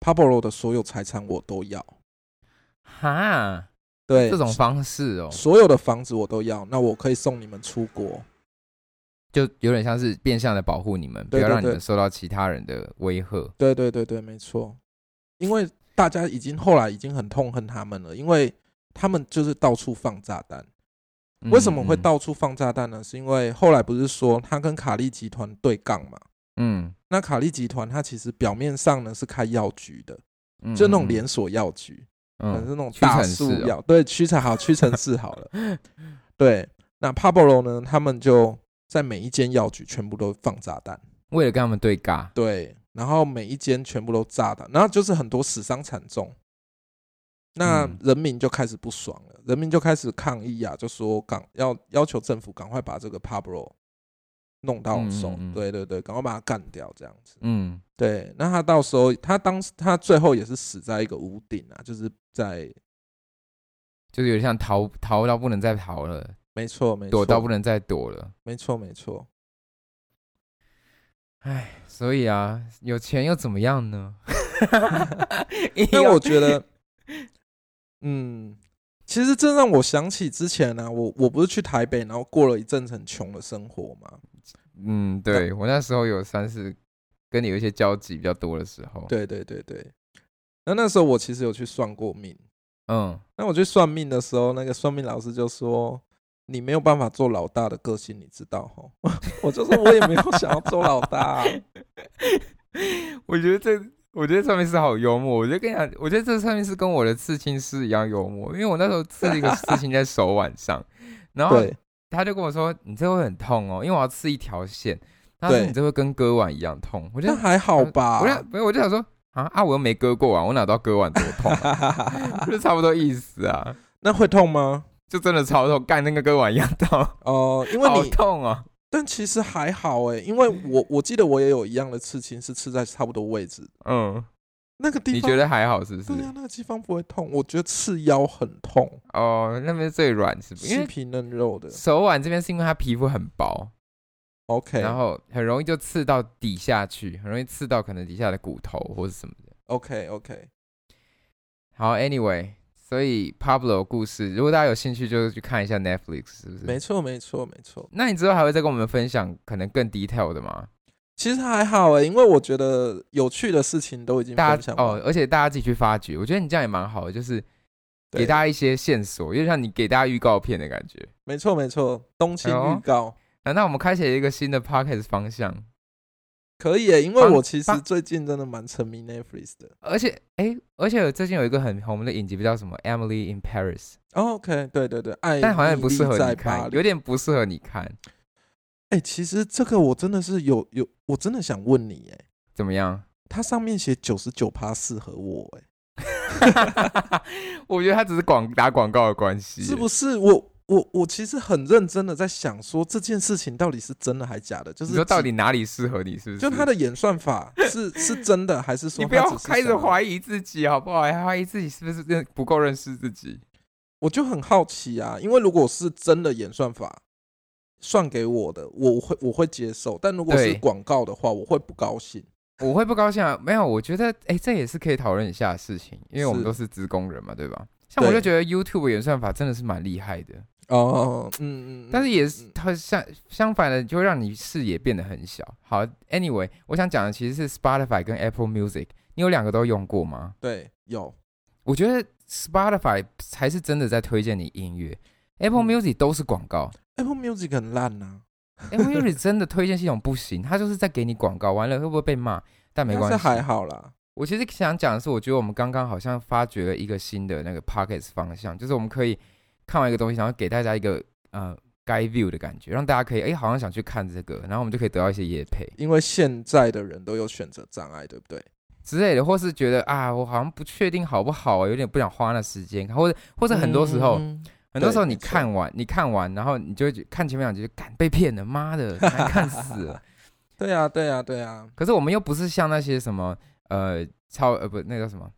Speaker 1: ，Pablo 的所有财产我都要。
Speaker 2: 哈，
Speaker 1: 对，
Speaker 2: 这种方式哦，
Speaker 1: 所有的房子我都要，那我可以送你们出国。
Speaker 2: 就有点像是变相的保护你们，不
Speaker 1: 对
Speaker 2: 要
Speaker 1: 对
Speaker 2: 让你
Speaker 1: 对
Speaker 2: 们受到其他人的威吓。
Speaker 1: 对对对对，没错，因为大家已经后来已经很痛恨他们了，因为他们就是到处放炸弹。
Speaker 2: 嗯
Speaker 1: 为什么会到处放炸弹呢？是因为后来不是说他跟卡利集团对杠嘛？
Speaker 2: 嗯？
Speaker 1: 那卡利集团它其实表面上呢是开药局的，
Speaker 2: 嗯，
Speaker 1: 就那种
Speaker 2: 嗯
Speaker 1: 连锁药局，可能是那
Speaker 2: 嗯
Speaker 1: 种
Speaker 2: 屈
Speaker 1: 大
Speaker 2: 臣
Speaker 1: 树
Speaker 2: 氏哦
Speaker 1: 药，对，屈臣好，屈臣氏好了。对，那帕布罗呢，他们就在每一间药局全部都放炸弹，
Speaker 2: 为了跟他们对尬，
Speaker 1: 对，然后每一间全部都炸的，然后就是很多死伤惨重。那
Speaker 2: 嗯
Speaker 1: 人民就开始不爽了，人民就开始抗议啊，就说赶要要求政府赶快把这个 Pablo 弄到手，
Speaker 2: 嗯嗯嗯
Speaker 1: 对对对，赶快把他干掉这样子。
Speaker 2: 嗯，
Speaker 1: 对，那他到时候他当时他最后也是死在一个屋顶啊，就是在
Speaker 2: 就是有点像逃逃到不能再逃了，
Speaker 1: 没错没错
Speaker 2: 躲到不能再躲了。
Speaker 1: 没错没错，
Speaker 2: 所以啊，有钱又怎么 样呢？
Speaker 1: 但我觉得，嗯，其实这让我想起之前呢、啊，我我不是去台北，然后过了一阵子很穷的生活嘛。
Speaker 2: 嗯，对我那时候有算是跟你有一些交集比较多的时候，，
Speaker 1: 对对对对，那那时候我其实有去算过命。
Speaker 2: 嗯，
Speaker 1: 那我去算命的时候，那个算命老师就说：“你没有办法做老大的个性，你知道吼？” 我就说我也没有想要做老大啊、
Speaker 2: 我觉得这，我觉得算命师好幽默。我就跟你讲，我觉得这算命师跟我的刺青师一样幽默，因为我那时候刺 了一个刺青在手腕上， 然后
Speaker 1: 对
Speaker 2: 他就跟我说：“你这会很痛哦，因为我要刺一条线。”他说：“
Speaker 1: 对
Speaker 2: 你这会跟割腕一样痛。”我就嗯
Speaker 1: 那还好吧
Speaker 2: 我。就没有，我就想说啊啊，我又没割过腕，我哪知道割腕多痛、啊？ 就是差不多意思啊，
Speaker 1: 那会痛吗？
Speaker 2: 就真的超痛，干那个割腕一样痛，
Speaker 1: 哦、因为
Speaker 2: 好
Speaker 1: 你，
Speaker 2: 痛哦。
Speaker 1: 但其实还好哎、因为我我记得我也有一样的刺青，是刺在差不多位置，
Speaker 2: 嗯，
Speaker 1: 那个地
Speaker 2: 你
Speaker 1: 方。
Speaker 2: 觉得还好是不是
Speaker 1: 对？啊，那个地方不会痛，我觉得刺腰很痛，
Speaker 2: 哦，那边最软是不是？因
Speaker 1: 细
Speaker 2: 为
Speaker 1: 皮嫩肉的。
Speaker 2: 手腕这边是因为它皮肤很薄，
Speaker 1: OK
Speaker 2: 然后很容易就刺到底下去，很容易刺到可能底下的骨头或者什么的。
Speaker 1: OK OK，
Speaker 2: 好，anyway，所以 Pablo 的故事，如果大家有兴趣，就去看一下 Netflix，是不
Speaker 1: 没
Speaker 2: 是？
Speaker 1: 错没错没错。
Speaker 2: 那你之后还会再跟我们分享可能更 detail 的吗？
Speaker 1: 其实还好哎、因为我觉得有趣的事情都已经
Speaker 2: 大
Speaker 1: 分
Speaker 2: 家
Speaker 1: 享完
Speaker 2: 哦，而且大家自己去发掘，我觉得你这样也蛮好的，就是给
Speaker 1: 对
Speaker 2: 大家一些线索，有点像你给大家预告片的感觉。
Speaker 1: 没错没错，冬青
Speaker 2: 哎呦
Speaker 1: 预告、
Speaker 2: 难道我们开启了一个新的 podcast 方向？
Speaker 1: 可以、欸，因为
Speaker 2: 帮
Speaker 1: 我其实
Speaker 2: 帮
Speaker 1: 最近真的蛮沉迷 Netflix 的。
Speaker 2: 而且，哎，而且最近有一个很红的影集，不叫什么《Emily in Paris》，
Speaker 1: 哦 OK，对对对，爱
Speaker 2: 但好像也不
Speaker 1: 莉莉
Speaker 2: 适合
Speaker 1: 在
Speaker 2: 你
Speaker 1: 巴
Speaker 2: 看，
Speaker 1: 黎
Speaker 2: 有。点不适合你看，
Speaker 1: 哎、其实这个我真的是有有，我真的想问你哎、
Speaker 2: 怎么样？
Speaker 1: 它上面写九十九趴适合我哎、
Speaker 2: 我觉得他只是广打广告的关系，
Speaker 1: 是不是？我我我其实很认真的在想说这件事情到底是真的还假的，就
Speaker 2: 你
Speaker 1: 是
Speaker 2: 说到底哪里适合你？是不是？
Speaker 1: 就它的演算法 是是真的还是说
Speaker 2: 你不要
Speaker 1: 它只是
Speaker 2: 开始
Speaker 1: 想
Speaker 2: 怀疑自己好不好？还怀疑自己是不是认不够认识自己？
Speaker 1: 我就很好奇啊，因为如果是真的演算法算给我的，我会我会接受，但如果是
Speaker 2: 对
Speaker 1: 广告的话，我会不高兴。
Speaker 2: 我会不高兴啊？没有，我觉得哎、这也是可以讨论一下的事情，因为我们
Speaker 1: 是
Speaker 2: 都是职工人嘛，对吧？像我
Speaker 1: 对
Speaker 2: 就觉得 YouTube 演算法真的是蛮厉害的，
Speaker 1: 哦，嗯嗯，
Speaker 2: 但是
Speaker 1: 嗯
Speaker 2: 也是
Speaker 1: 嗯
Speaker 2: 它相相反的，就会让你视野变得很小。好，Anyway，我想讲的其实是 Spotify 跟 Apple Music，你有两个都用过吗？
Speaker 1: 对有
Speaker 2: 我觉得 Spotify 才是真的在推荐你音乐，Apple
Speaker 1: 嗯
Speaker 2: Music 都是广告。
Speaker 1: Apple Music 很烂啊呐、
Speaker 2: Apple Music 真的推荐系统不行，它就是在给你广告，完了会不会被骂？但
Speaker 1: 啊，
Speaker 2: 没
Speaker 1: 但
Speaker 2: 关
Speaker 1: 是
Speaker 2: 系，
Speaker 1: 还好啦。
Speaker 2: 我其实想讲的是，我觉得我们刚刚好像发掘了一个新的那个 p o c k e t 方向，就是我们可以看完一个东西，然后给大家一个呃 guide view 的感觉，让大家可以哎、好像想去看这个，然后我们就可以得到一些业配
Speaker 1: 因为现在的人都有选择障碍，对不对？
Speaker 2: 之类的，或是觉得啊我好像不确定好不好啊，有点不想花那时间看，或者或者很多时候、
Speaker 1: 嗯
Speaker 2: 很多时候你
Speaker 1: 没错
Speaker 2: 看完你看完，然后你就会觉看前面两集就干被骗了，妈 的难看死了。
Speaker 1: 对啊，对啊，对啊，
Speaker 2: 可是我们又不是像那些什么呃超呃不那个叫什么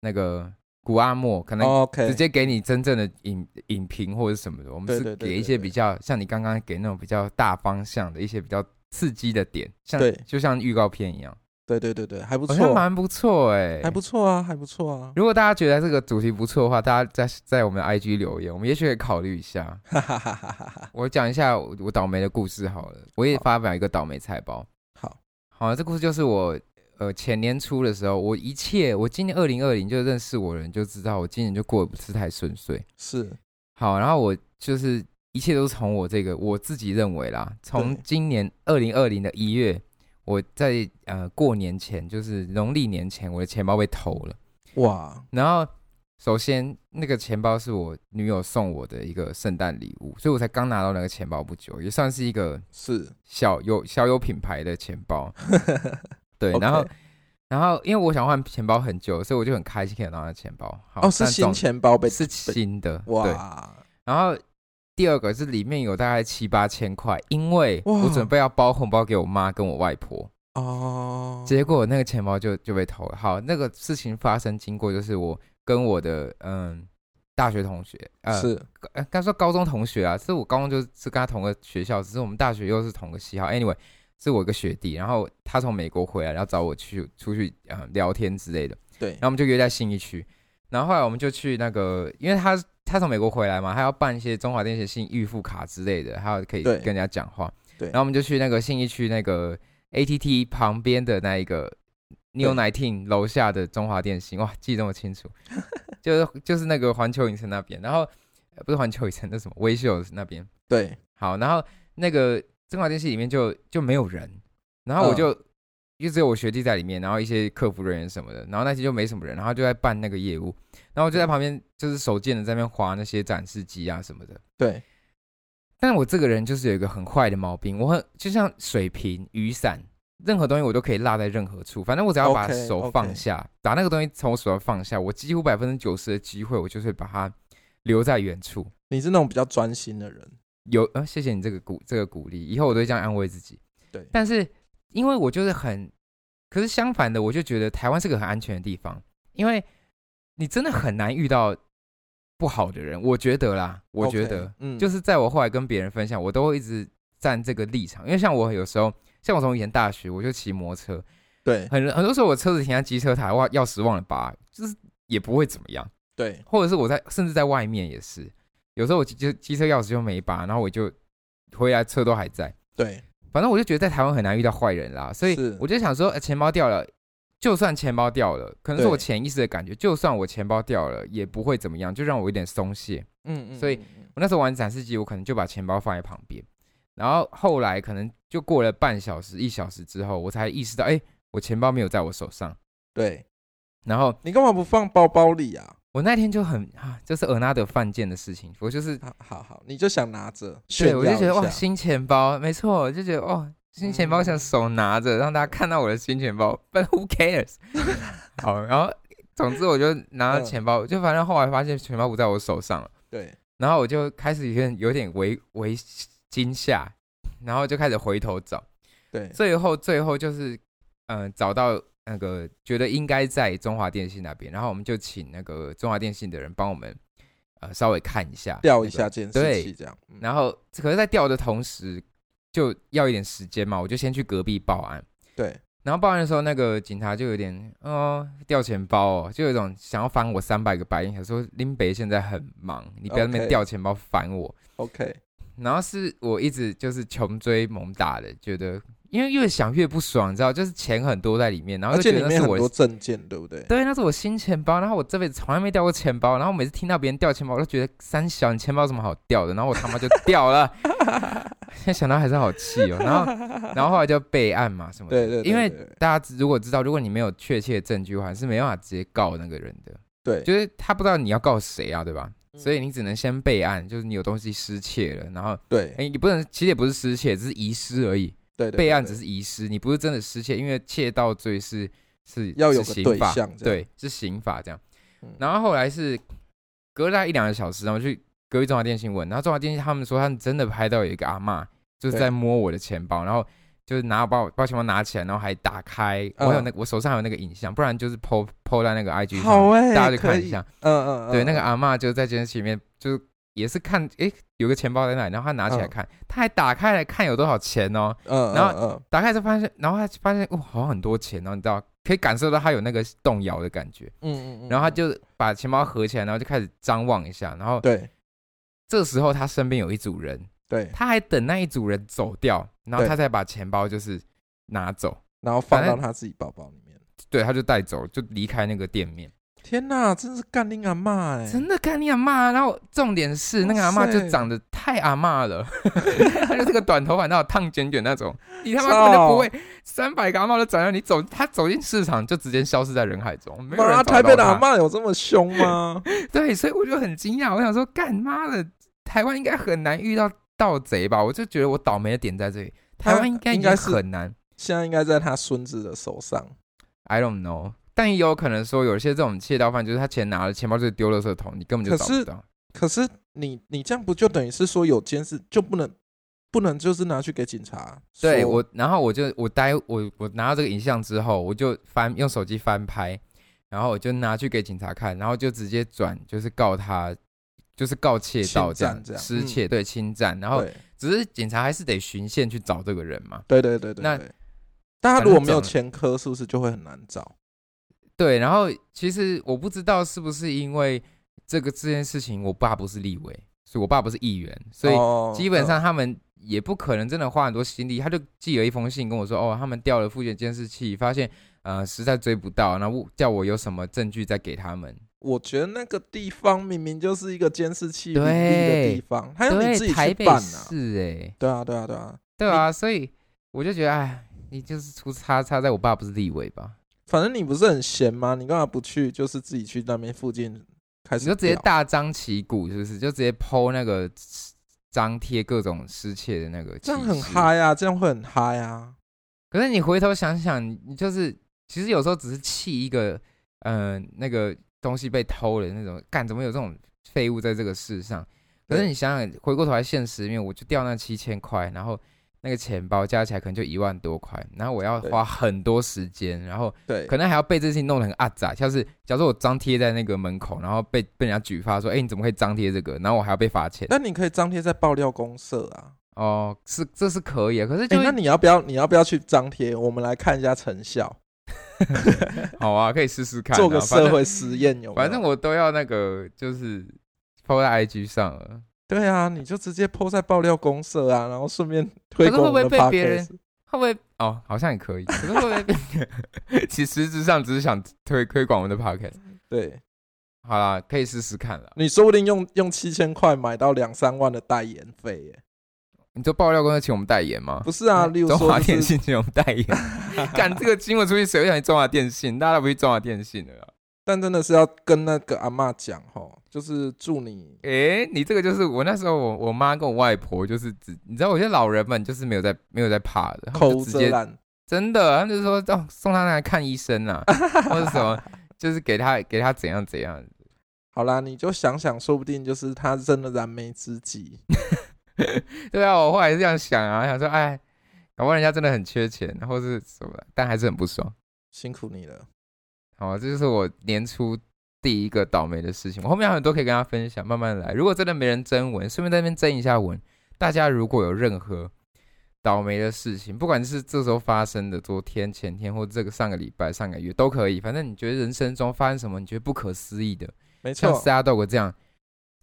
Speaker 2: 那个古阿莫，可能
Speaker 1: 哦 OK，
Speaker 2: 直接给你真正的影影评或者什么的，我们
Speaker 1: 对
Speaker 2: 是
Speaker 1: 对对
Speaker 2: 给
Speaker 1: 对
Speaker 2: 一些
Speaker 1: 对
Speaker 2: 比较像你刚刚给那种比较大方向的一些比较刺激的点，像
Speaker 1: 对
Speaker 2: 就像预告片一样。
Speaker 1: 对对对对，还不
Speaker 2: 好像
Speaker 1: 错，
Speaker 2: 蛮不错哎、
Speaker 1: 还不错啊，还不错啊。
Speaker 2: 如果大家觉得这个主题不错的话，大家在在我们的 IG 留言，我们也许可以考虑一下。
Speaker 1: 哈哈哈哈哈。
Speaker 2: 我讲一下我我倒霉的故事好了，我也
Speaker 1: 好
Speaker 2: 发表一个倒霉菜包。
Speaker 1: 好，
Speaker 2: 好，这故事就是我呃前年初的时候，我一切我今年二零二零就认识我的人就知道，我今年就过得不是太顺遂。
Speaker 1: 是
Speaker 2: 好，然后我就是一切都是从我这个我自己认为啦，从
Speaker 1: 对
Speaker 2: 今年二零二零的一月，我在呃过年前，就是农历年前，我的钱包被偷了。
Speaker 1: 哇，
Speaker 2: 然后首先那个钱包是我女友送我的一个圣诞礼物，所以我才刚拿到那个钱包不久，也算是一个
Speaker 1: 是
Speaker 2: 小有小有品牌的钱 包。对，然后
Speaker 1: OK
Speaker 2: 然后因为我想换钱包很久，所以我就很开心可以拿到那钱包。好
Speaker 1: 哦，是
Speaker 2: 但
Speaker 1: 新
Speaker 2: 总
Speaker 1: 钱包被
Speaker 2: 是新的，对。
Speaker 1: 哇，
Speaker 2: 然后第二个是里面有大概七八千块，因为
Speaker 1: 哇
Speaker 2: 我准备要包红包给我妈跟我外婆，
Speaker 1: 哦，
Speaker 2: 结果那个钱包就就被偷了。好，那个事情发生经过就是我跟我的嗯大学同学，呃，
Speaker 1: 是
Speaker 2: 呃刚说高中同学啊，是我高中就是跟他同个学校，只是我们大学又是同个系号。Anyway，是我一个学弟，然后他从美国回来，然后找我去出去呃聊天之类的。
Speaker 1: 对
Speaker 2: 然，后我们就约在信义区，然后后来我们就去那个，因为他他从美国回来嘛，他要办一些中华电信信预付卡之类的，还有可以
Speaker 1: 对
Speaker 2: 跟人家讲话，
Speaker 1: 对
Speaker 2: 然后我们就去那个信义区那个 ATT 旁边的那一个 New Nineteen 楼下的中华电信，哇，记得这么清 楚，就是就是那个环球影城那边，然后呃不是环球影城，那什么微秀那边，
Speaker 1: 对，
Speaker 2: 好，然后那个中华电信里面就就没有人，然
Speaker 1: 嗯
Speaker 2: 后我就、就只有我学弟在里面，然后一些客服人员什么的，然后那些就没什么人，然后就在办那个业务，然后我就在旁边就是手贱的在那边划那些展示机啊什么的。
Speaker 1: 对，
Speaker 2: 但我这个人就是有一个很坏的毛病，我很就像水瓶、雨伞，任何东西我都可以落在任何处，反正我只要把
Speaker 1: OK，
Speaker 2: 手
Speaker 1: OK
Speaker 2: 放下把那个东西从我手上放下，我几乎百分之九十的机会，我就是会把它留在原处。
Speaker 1: 你是那种比较专心的人，
Speaker 2: 有呃，谢谢你这个鼓这个鼓励，以后我都会这样安慰自己。
Speaker 1: 对
Speaker 2: 但是因为我就是很，可是相反的，我就觉得台湾是个很安全的地方，因为你真的很难遇到不好的人。我觉得啦，我觉
Speaker 1: OK，
Speaker 2: 得
Speaker 1: 嗯，
Speaker 2: 就是在我后来跟别人分享，我都会一直站这个立场，因为像我有时候，像我从以前大学我就骑摩托车，
Speaker 1: 对
Speaker 2: 很很多时候我车子停在机车台，哇，钥匙忘了拔，就是也不会怎么样。
Speaker 1: 对，
Speaker 2: 或者是我在甚至在外面也是，有时候我机就机车钥匙就没拔，然后我就回来车都还在，
Speaker 1: 对，
Speaker 2: 反正我就觉得在台湾很难遇到坏人啦，所以
Speaker 1: 是
Speaker 2: 我就想说，呃钱包掉了，就算钱包掉了，可能是
Speaker 1: 对
Speaker 2: 我潜意识的感觉，就算我钱包掉了也不会怎么样，就让我有点松懈。
Speaker 1: 嗯嗯，
Speaker 2: 所以
Speaker 1: 嗯嗯
Speaker 2: 我那时候玩展示机，我可能就把钱包放在旁边，然后后来可能就过了半小时、一小时之后，我才意识到，哎、我钱包没有在我手上，
Speaker 1: 对
Speaker 2: 然后
Speaker 1: 你干嘛不放包包里啊？
Speaker 2: 我那天就很啊，这是尔纳德犯贱的事情，我就是
Speaker 1: 好好好，你就想拿着，炫
Speaker 2: 对，
Speaker 1: 耀
Speaker 2: 我就觉得
Speaker 1: 一
Speaker 2: 哇，
Speaker 1: 下嗯
Speaker 2: 新钱包，没错，我就觉得哦，新钱包想手拿着，让大家看到我的新钱包，But who cares？好，然后总之我就拿
Speaker 1: 嗯
Speaker 2: 了钱包，就反正后来发现钱包不在我手上了，
Speaker 1: 对，
Speaker 2: 然后我就开始有点有点为为惊吓，然后就开始回头找，
Speaker 1: 对，
Speaker 2: 最后最后就是嗯、呃找到那个觉得应该在中华电信那边，然后我们就请那个中华电信的人帮我们呃稍微看一下
Speaker 1: 调
Speaker 2: 那
Speaker 1: 一
Speaker 2: 个
Speaker 1: 下监视
Speaker 2: 对
Speaker 1: 器这样，嗯
Speaker 2: 然后可是，在调的同时，就要一点时间嘛，我就先去隔壁报案。
Speaker 1: 对，
Speaker 2: 然后报案的时候，那个警察就有点哦掉钱包哦，就有一种想要翻我三百个白眼，想说林北现在很忙，你不要在那边
Speaker 1: OK
Speaker 2: 掉钱包烦我。
Speaker 1: OK，
Speaker 2: 然后是我一直就是穷追猛打的，觉得因为越想越不爽，你知道，就是钱很多在里面，然后
Speaker 1: 而且
Speaker 2: 就觉
Speaker 1: 里
Speaker 2: 得那
Speaker 1: 面
Speaker 2: 是
Speaker 1: 很
Speaker 2: 我的
Speaker 1: 多证件，对不对？
Speaker 2: 对，那是我新钱包，然后我这辈子从来没掉过钱包，然后每次听到别人掉钱包，我都觉得三小，你钱包有什么好掉的？然后我他妈就掉了， 现在想到还是好气哦。然后，然后后来就备案嘛什么的，
Speaker 1: 对对对
Speaker 2: 因为
Speaker 1: 对
Speaker 2: 大家如果知道，如果你没有确切证据的话，是没办法直接告那个人的，
Speaker 1: 对，
Speaker 2: 就是他不知道你要告谁啊，对吧？
Speaker 1: 嗯
Speaker 2: 所以你只能先备案，就是你有东西失窃了，然后
Speaker 1: 对
Speaker 2: 哎，你不能，其实也不是失窃，只是遗失而已。
Speaker 1: 对对
Speaker 2: 备案
Speaker 1: 对
Speaker 2: 只是遗失，你不是真的失窃，因为窃盗罪是是
Speaker 1: 要有
Speaker 2: 是
Speaker 1: 个
Speaker 2: 刑
Speaker 1: 对
Speaker 2: 法
Speaker 1: 象这样
Speaker 2: 对，是刑法这样
Speaker 1: 嗯。
Speaker 2: 然后后来是隔了大概一两个小时，然后去隔壁中华电信问，然后中华电信他们说他们真的拍到有一个阿嬷就是
Speaker 1: 对
Speaker 2: 在摸我的钱包，然后就是拿把我把我钱包拿起来，然后还打开，我
Speaker 1: 嗯
Speaker 2: 有那个我手上有那个影像，不然就是 PO PO 在那个 IG
Speaker 1: 好
Speaker 2: 上，
Speaker 1: 哎
Speaker 2: 大家就
Speaker 1: 可
Speaker 2: 看
Speaker 1: 以
Speaker 2: 一下。
Speaker 1: 嗯嗯嗯，
Speaker 2: 对，那个啊
Speaker 1: 嗯
Speaker 2: 阿嬷就在监视器里面，就是也是看，诶、有个钱包在那里，然后他拿起来看，他还打开来看有多少钱哦，
Speaker 1: 嗯，
Speaker 2: 然
Speaker 1: 后嗯
Speaker 2: 打开之后发现，然后他发现哇，好像很多钱哦，你知道，可以感受到他有那个动摇的感觉，
Speaker 1: 嗯嗯，
Speaker 2: 然后他就把钱包合起来，然后就开始张望一下，然后
Speaker 1: 对
Speaker 2: 这时候他身边有一组人，
Speaker 1: 对，
Speaker 2: 他还等那一组人走掉，然后
Speaker 1: 对
Speaker 2: 他才把钱包就是拿走，
Speaker 1: 然后放
Speaker 2: 反
Speaker 1: 到
Speaker 2: 正
Speaker 1: 他自己包包里面。
Speaker 2: 对，他就带走，就离开那个店面。
Speaker 1: 天哪，真是干令阿妈哎！
Speaker 2: 真的干你阿妈！然后重点是那个阿
Speaker 1: 哇
Speaker 2: 妈
Speaker 1: 塞
Speaker 2: 就长得太阿妈了， 她就是个短头发，然后烫卷卷那种，你他妈根本就不会，三百个阿妈都长到你走，她走进市场就直接消失在人海中，没有人
Speaker 1: 妈，
Speaker 2: 找
Speaker 1: 台北
Speaker 2: 到
Speaker 1: 的阿
Speaker 2: 她。
Speaker 1: 妈有这么凶 吗？
Speaker 2: 对，所以我就很惊讶，我想说，干妈的，台湾应该很难遇到盗贼吧？我就觉得我倒霉的点在这里，台湾应该
Speaker 1: 应该
Speaker 2: 也
Speaker 1: 是
Speaker 2: 很难。
Speaker 1: 现在应该在他孙子的手上。
Speaker 2: I don't know，但也有可能说，有些这种窃盗犯，就是他钱拿了，钱包就丢了圾桶，你根本就
Speaker 1: 可
Speaker 2: 找
Speaker 1: 是
Speaker 2: 不到。
Speaker 1: 可是你你这样不就等于是说有监视就不能不能就是拿去给警察说？
Speaker 2: 对我，然后我就我待我我拿到这个影像之后，我就翻用手机翻拍，然后我就拿去给警察看，然后就直接转，就是告他，就是告窃盗
Speaker 1: 侵占
Speaker 2: 样
Speaker 1: 这，样
Speaker 2: 失
Speaker 1: 嗯
Speaker 2: 窃、对侵占，然后
Speaker 1: 对
Speaker 2: 只是警察还是得循线去找这个人嘛，
Speaker 1: 对对对对
Speaker 2: 那
Speaker 1: 对。但他
Speaker 2: 反
Speaker 1: 如果
Speaker 2: 正
Speaker 1: 没有
Speaker 2: 长
Speaker 1: 前科，是不是就会很难找？
Speaker 2: 对，然后其实我不知道是不是因为这个这件事情，我爸不是立委，所以我爸不是议员，所以
Speaker 1: 以
Speaker 2: 基本上他们也不可能真的花很多心力，他就寄了一封信跟我说，哦，他们调了复检监视器，发现呃实在追不到，然后叫我有什么证据再给他们。
Speaker 1: 我觉得那个地方明明就是一个监视器林立的
Speaker 2: 对
Speaker 1: 地方，还有你自
Speaker 2: 对，
Speaker 1: 己
Speaker 2: 台
Speaker 1: 去
Speaker 2: 北
Speaker 1: 办啊。
Speaker 2: 市哎、
Speaker 1: 对啊，对啊，对啊，
Speaker 2: 对啊，所以我就觉得，哎，你就是出差差在我爸不是立委吧？
Speaker 1: 反正你不是很闲吗？你干嘛不去？就是自己去那边附近开
Speaker 2: 你
Speaker 1: 始
Speaker 2: 就
Speaker 1: 聊，
Speaker 2: 直接大张旗鼓，是不是？就直接剖那个张贴各种失窃的那个，
Speaker 1: 这样很。嗨啊，这样会很嗨啊。
Speaker 2: 可是你回头想想，你就是其实有时候只是气一个，嗯、那个东西被偷了那种，干怎么有这种废物在这个世上？可是
Speaker 1: 对
Speaker 2: 你想想，回过头来现实面，我就掉那七千块，然后那个钱包加起来可能就一万多块，然后我要
Speaker 1: 对
Speaker 2: 花很多时间，然后
Speaker 1: 对，
Speaker 2: 可能还要被这事情弄得很阿杂，像是假如说我张贴在那个门口，然后被被人家举发说，哎、你怎么可以张贴这个？然后我还要被罚钱。
Speaker 1: 那你可以张贴在爆料公社啊。
Speaker 2: 哦，是这是可以的，可是
Speaker 1: 哎、
Speaker 2: 就、
Speaker 1: 那你要不要？你要不要去张贴？我们来看一下成效，
Speaker 2: 好啊，可以试 试看啊，
Speaker 1: 做个
Speaker 2: 反正
Speaker 1: 社会实验有没有？
Speaker 2: 反正我都要那个，就是抛在 IG 上了。
Speaker 1: 对啊，你就直接 PO 在爆料公社啊，然后顺便推
Speaker 2: 可是
Speaker 1: 广
Speaker 2: 会
Speaker 1: 我
Speaker 2: 不
Speaker 1: 们
Speaker 2: 会
Speaker 1: 的
Speaker 2: 被
Speaker 1: podcast。
Speaker 2: 别人会不会？哦，好像也可以。可是会不会被？ 其实实质上只是想推推广我们的 podcast。
Speaker 1: 对，
Speaker 2: 好啦，可以试试看啦。
Speaker 1: 你说不定用用七千块买到两三万的代言费耶、
Speaker 2: 你做爆料公司请我们代言吗？
Speaker 1: 不是啊，例如
Speaker 2: 中
Speaker 1: 说
Speaker 2: 华
Speaker 1: 就
Speaker 2: 电
Speaker 1: 是
Speaker 2: 信请我们代言。 干这个新闻出去，谁会想去中华电信？大家都不去中华电信了啦。
Speaker 1: 但真的是要跟那个阿嬷讲吼，就是祝你
Speaker 2: 诶、你这个就是我那时候我我妈跟我外婆就是只你知道，有些老人们就是没有在没有在怕的， 他们
Speaker 1: 口
Speaker 2: 就
Speaker 1: 无
Speaker 2: 直
Speaker 1: 遮
Speaker 2: 接
Speaker 1: 拦，
Speaker 2: 真的，他们就说哦，送他那来看医生啊，或者什么，就是给他给他怎样怎样。
Speaker 1: 好啦，你就想想，说不定就是他真的燃眉之急。
Speaker 2: 对啊，我后来是这样想啊，想说哎，搞不好人家真的很缺钱，或是什么的，但还是很不爽。
Speaker 1: 辛苦你了，
Speaker 2: 好、这就是我年初第一个倒霉的事情。我后面还有很多可以跟大家分享，慢慢来。如果真的没人征文，顺便在那边征一下文。大家如果有任何倒霉的事情，不管是这时候发生的，昨天、前天，或这个上个礼拜、上个月都可以，反正你觉得人生中发生什么，你觉得不可思议的。
Speaker 1: 没
Speaker 2: 像
Speaker 1: 错，
Speaker 2: 沙豆哥这样，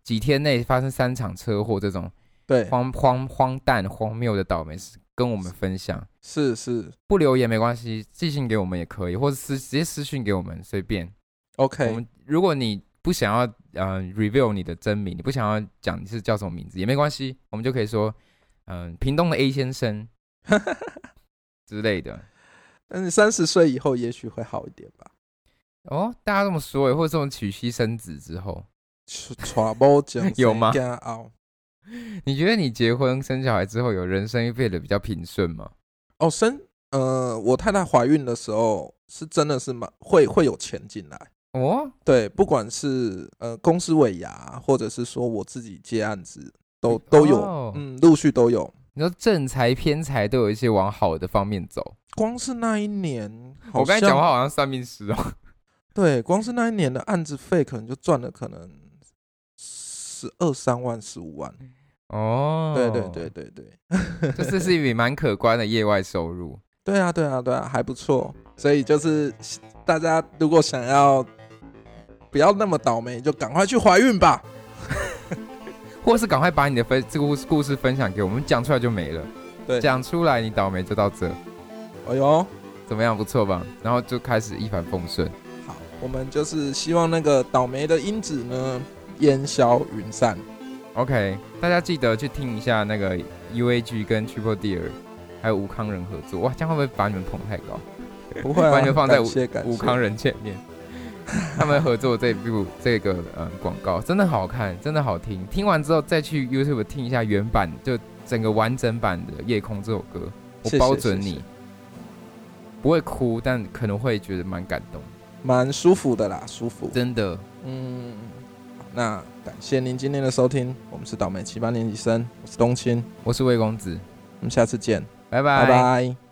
Speaker 2: 几天内发生三场车祸这种
Speaker 1: 对，
Speaker 2: 荒荒荒诞、荒谬的倒霉事，跟我们分享。
Speaker 1: 是是
Speaker 2: 不留言没关系，寄信给我们也可以，或者私直接私信给我们，随便。我
Speaker 1: ，OK，
Speaker 2: 们如果你不想要呃 reveal 你的真名，你不想要讲你是叫什么名字也没关系，我们就可以说嗯、屏东的 A 先生之类的。
Speaker 1: 但是三十岁以后也许会好一点吧。
Speaker 2: 哦，大家这么说耶，或者这种娶妻生子之后，
Speaker 1: trouble
Speaker 2: 有吗
Speaker 1: 哦
Speaker 2: 你觉得你结婚生小孩之后，有人生变得比较平顺吗？
Speaker 1: 哦，生呃，我太太怀孕的时候是真的是蛮会会有钱进来，
Speaker 2: 哦，
Speaker 1: 对，不管是呃公司尾牙，或者是说我自己接案子，都都有，
Speaker 2: 哦
Speaker 1: 嗯，陆续都有。
Speaker 2: 你说正财偏财都有一些往好的方面走。
Speaker 1: 光是那一年，好
Speaker 2: 我刚才讲
Speaker 1: 像
Speaker 2: 话好像算命师哦。
Speaker 1: 对，光是那一年的案子费可能就赚了可能十二三万、十五万。
Speaker 2: 哦，
Speaker 1: 对对对，对对，
Speaker 2: 这是是一笔蛮可观的业外收入。
Speaker 1: 对啊对啊对啊，还不错。所以就是大家如果想要不要那么倒霉，就赶快去怀孕吧。
Speaker 2: 或是赶快把你的分这个故故事分享给我们，讲出来就没了。
Speaker 1: 对
Speaker 2: 讲出来你倒霉就到这，
Speaker 1: 哎呦，
Speaker 2: 怎么样？不错吧？然后就开始一帆风顺。
Speaker 1: 好，我们就是希望那个倒霉的因子呢烟消云 散。
Speaker 2: OK，大家记得去听一下那个 UAG 跟 Triple Deer，还有吴康仁合作。哇，这样会不会把你们捧太高？
Speaker 1: 不会、啊，
Speaker 2: 完全放在
Speaker 1: 感谢感谢
Speaker 2: 吴康仁前面，他们合作这部这个嗯广告真的好看，真的好听。听完之后再去 YouTube 听一下原版，就整个完整版的《夜空》这首歌，我
Speaker 1: 谢谢
Speaker 2: 包准
Speaker 1: 谢谢
Speaker 2: 你不会哭，但可能会觉得蛮感动，
Speaker 1: 蛮舒服的啦，舒服。
Speaker 2: 真的。
Speaker 1: 嗯，好那感谢您今天的收听，我们是倒霉七八年级生，我是冬青，
Speaker 2: 我是魏公子，
Speaker 1: 我们下次见，
Speaker 2: 拜
Speaker 1: 拜拜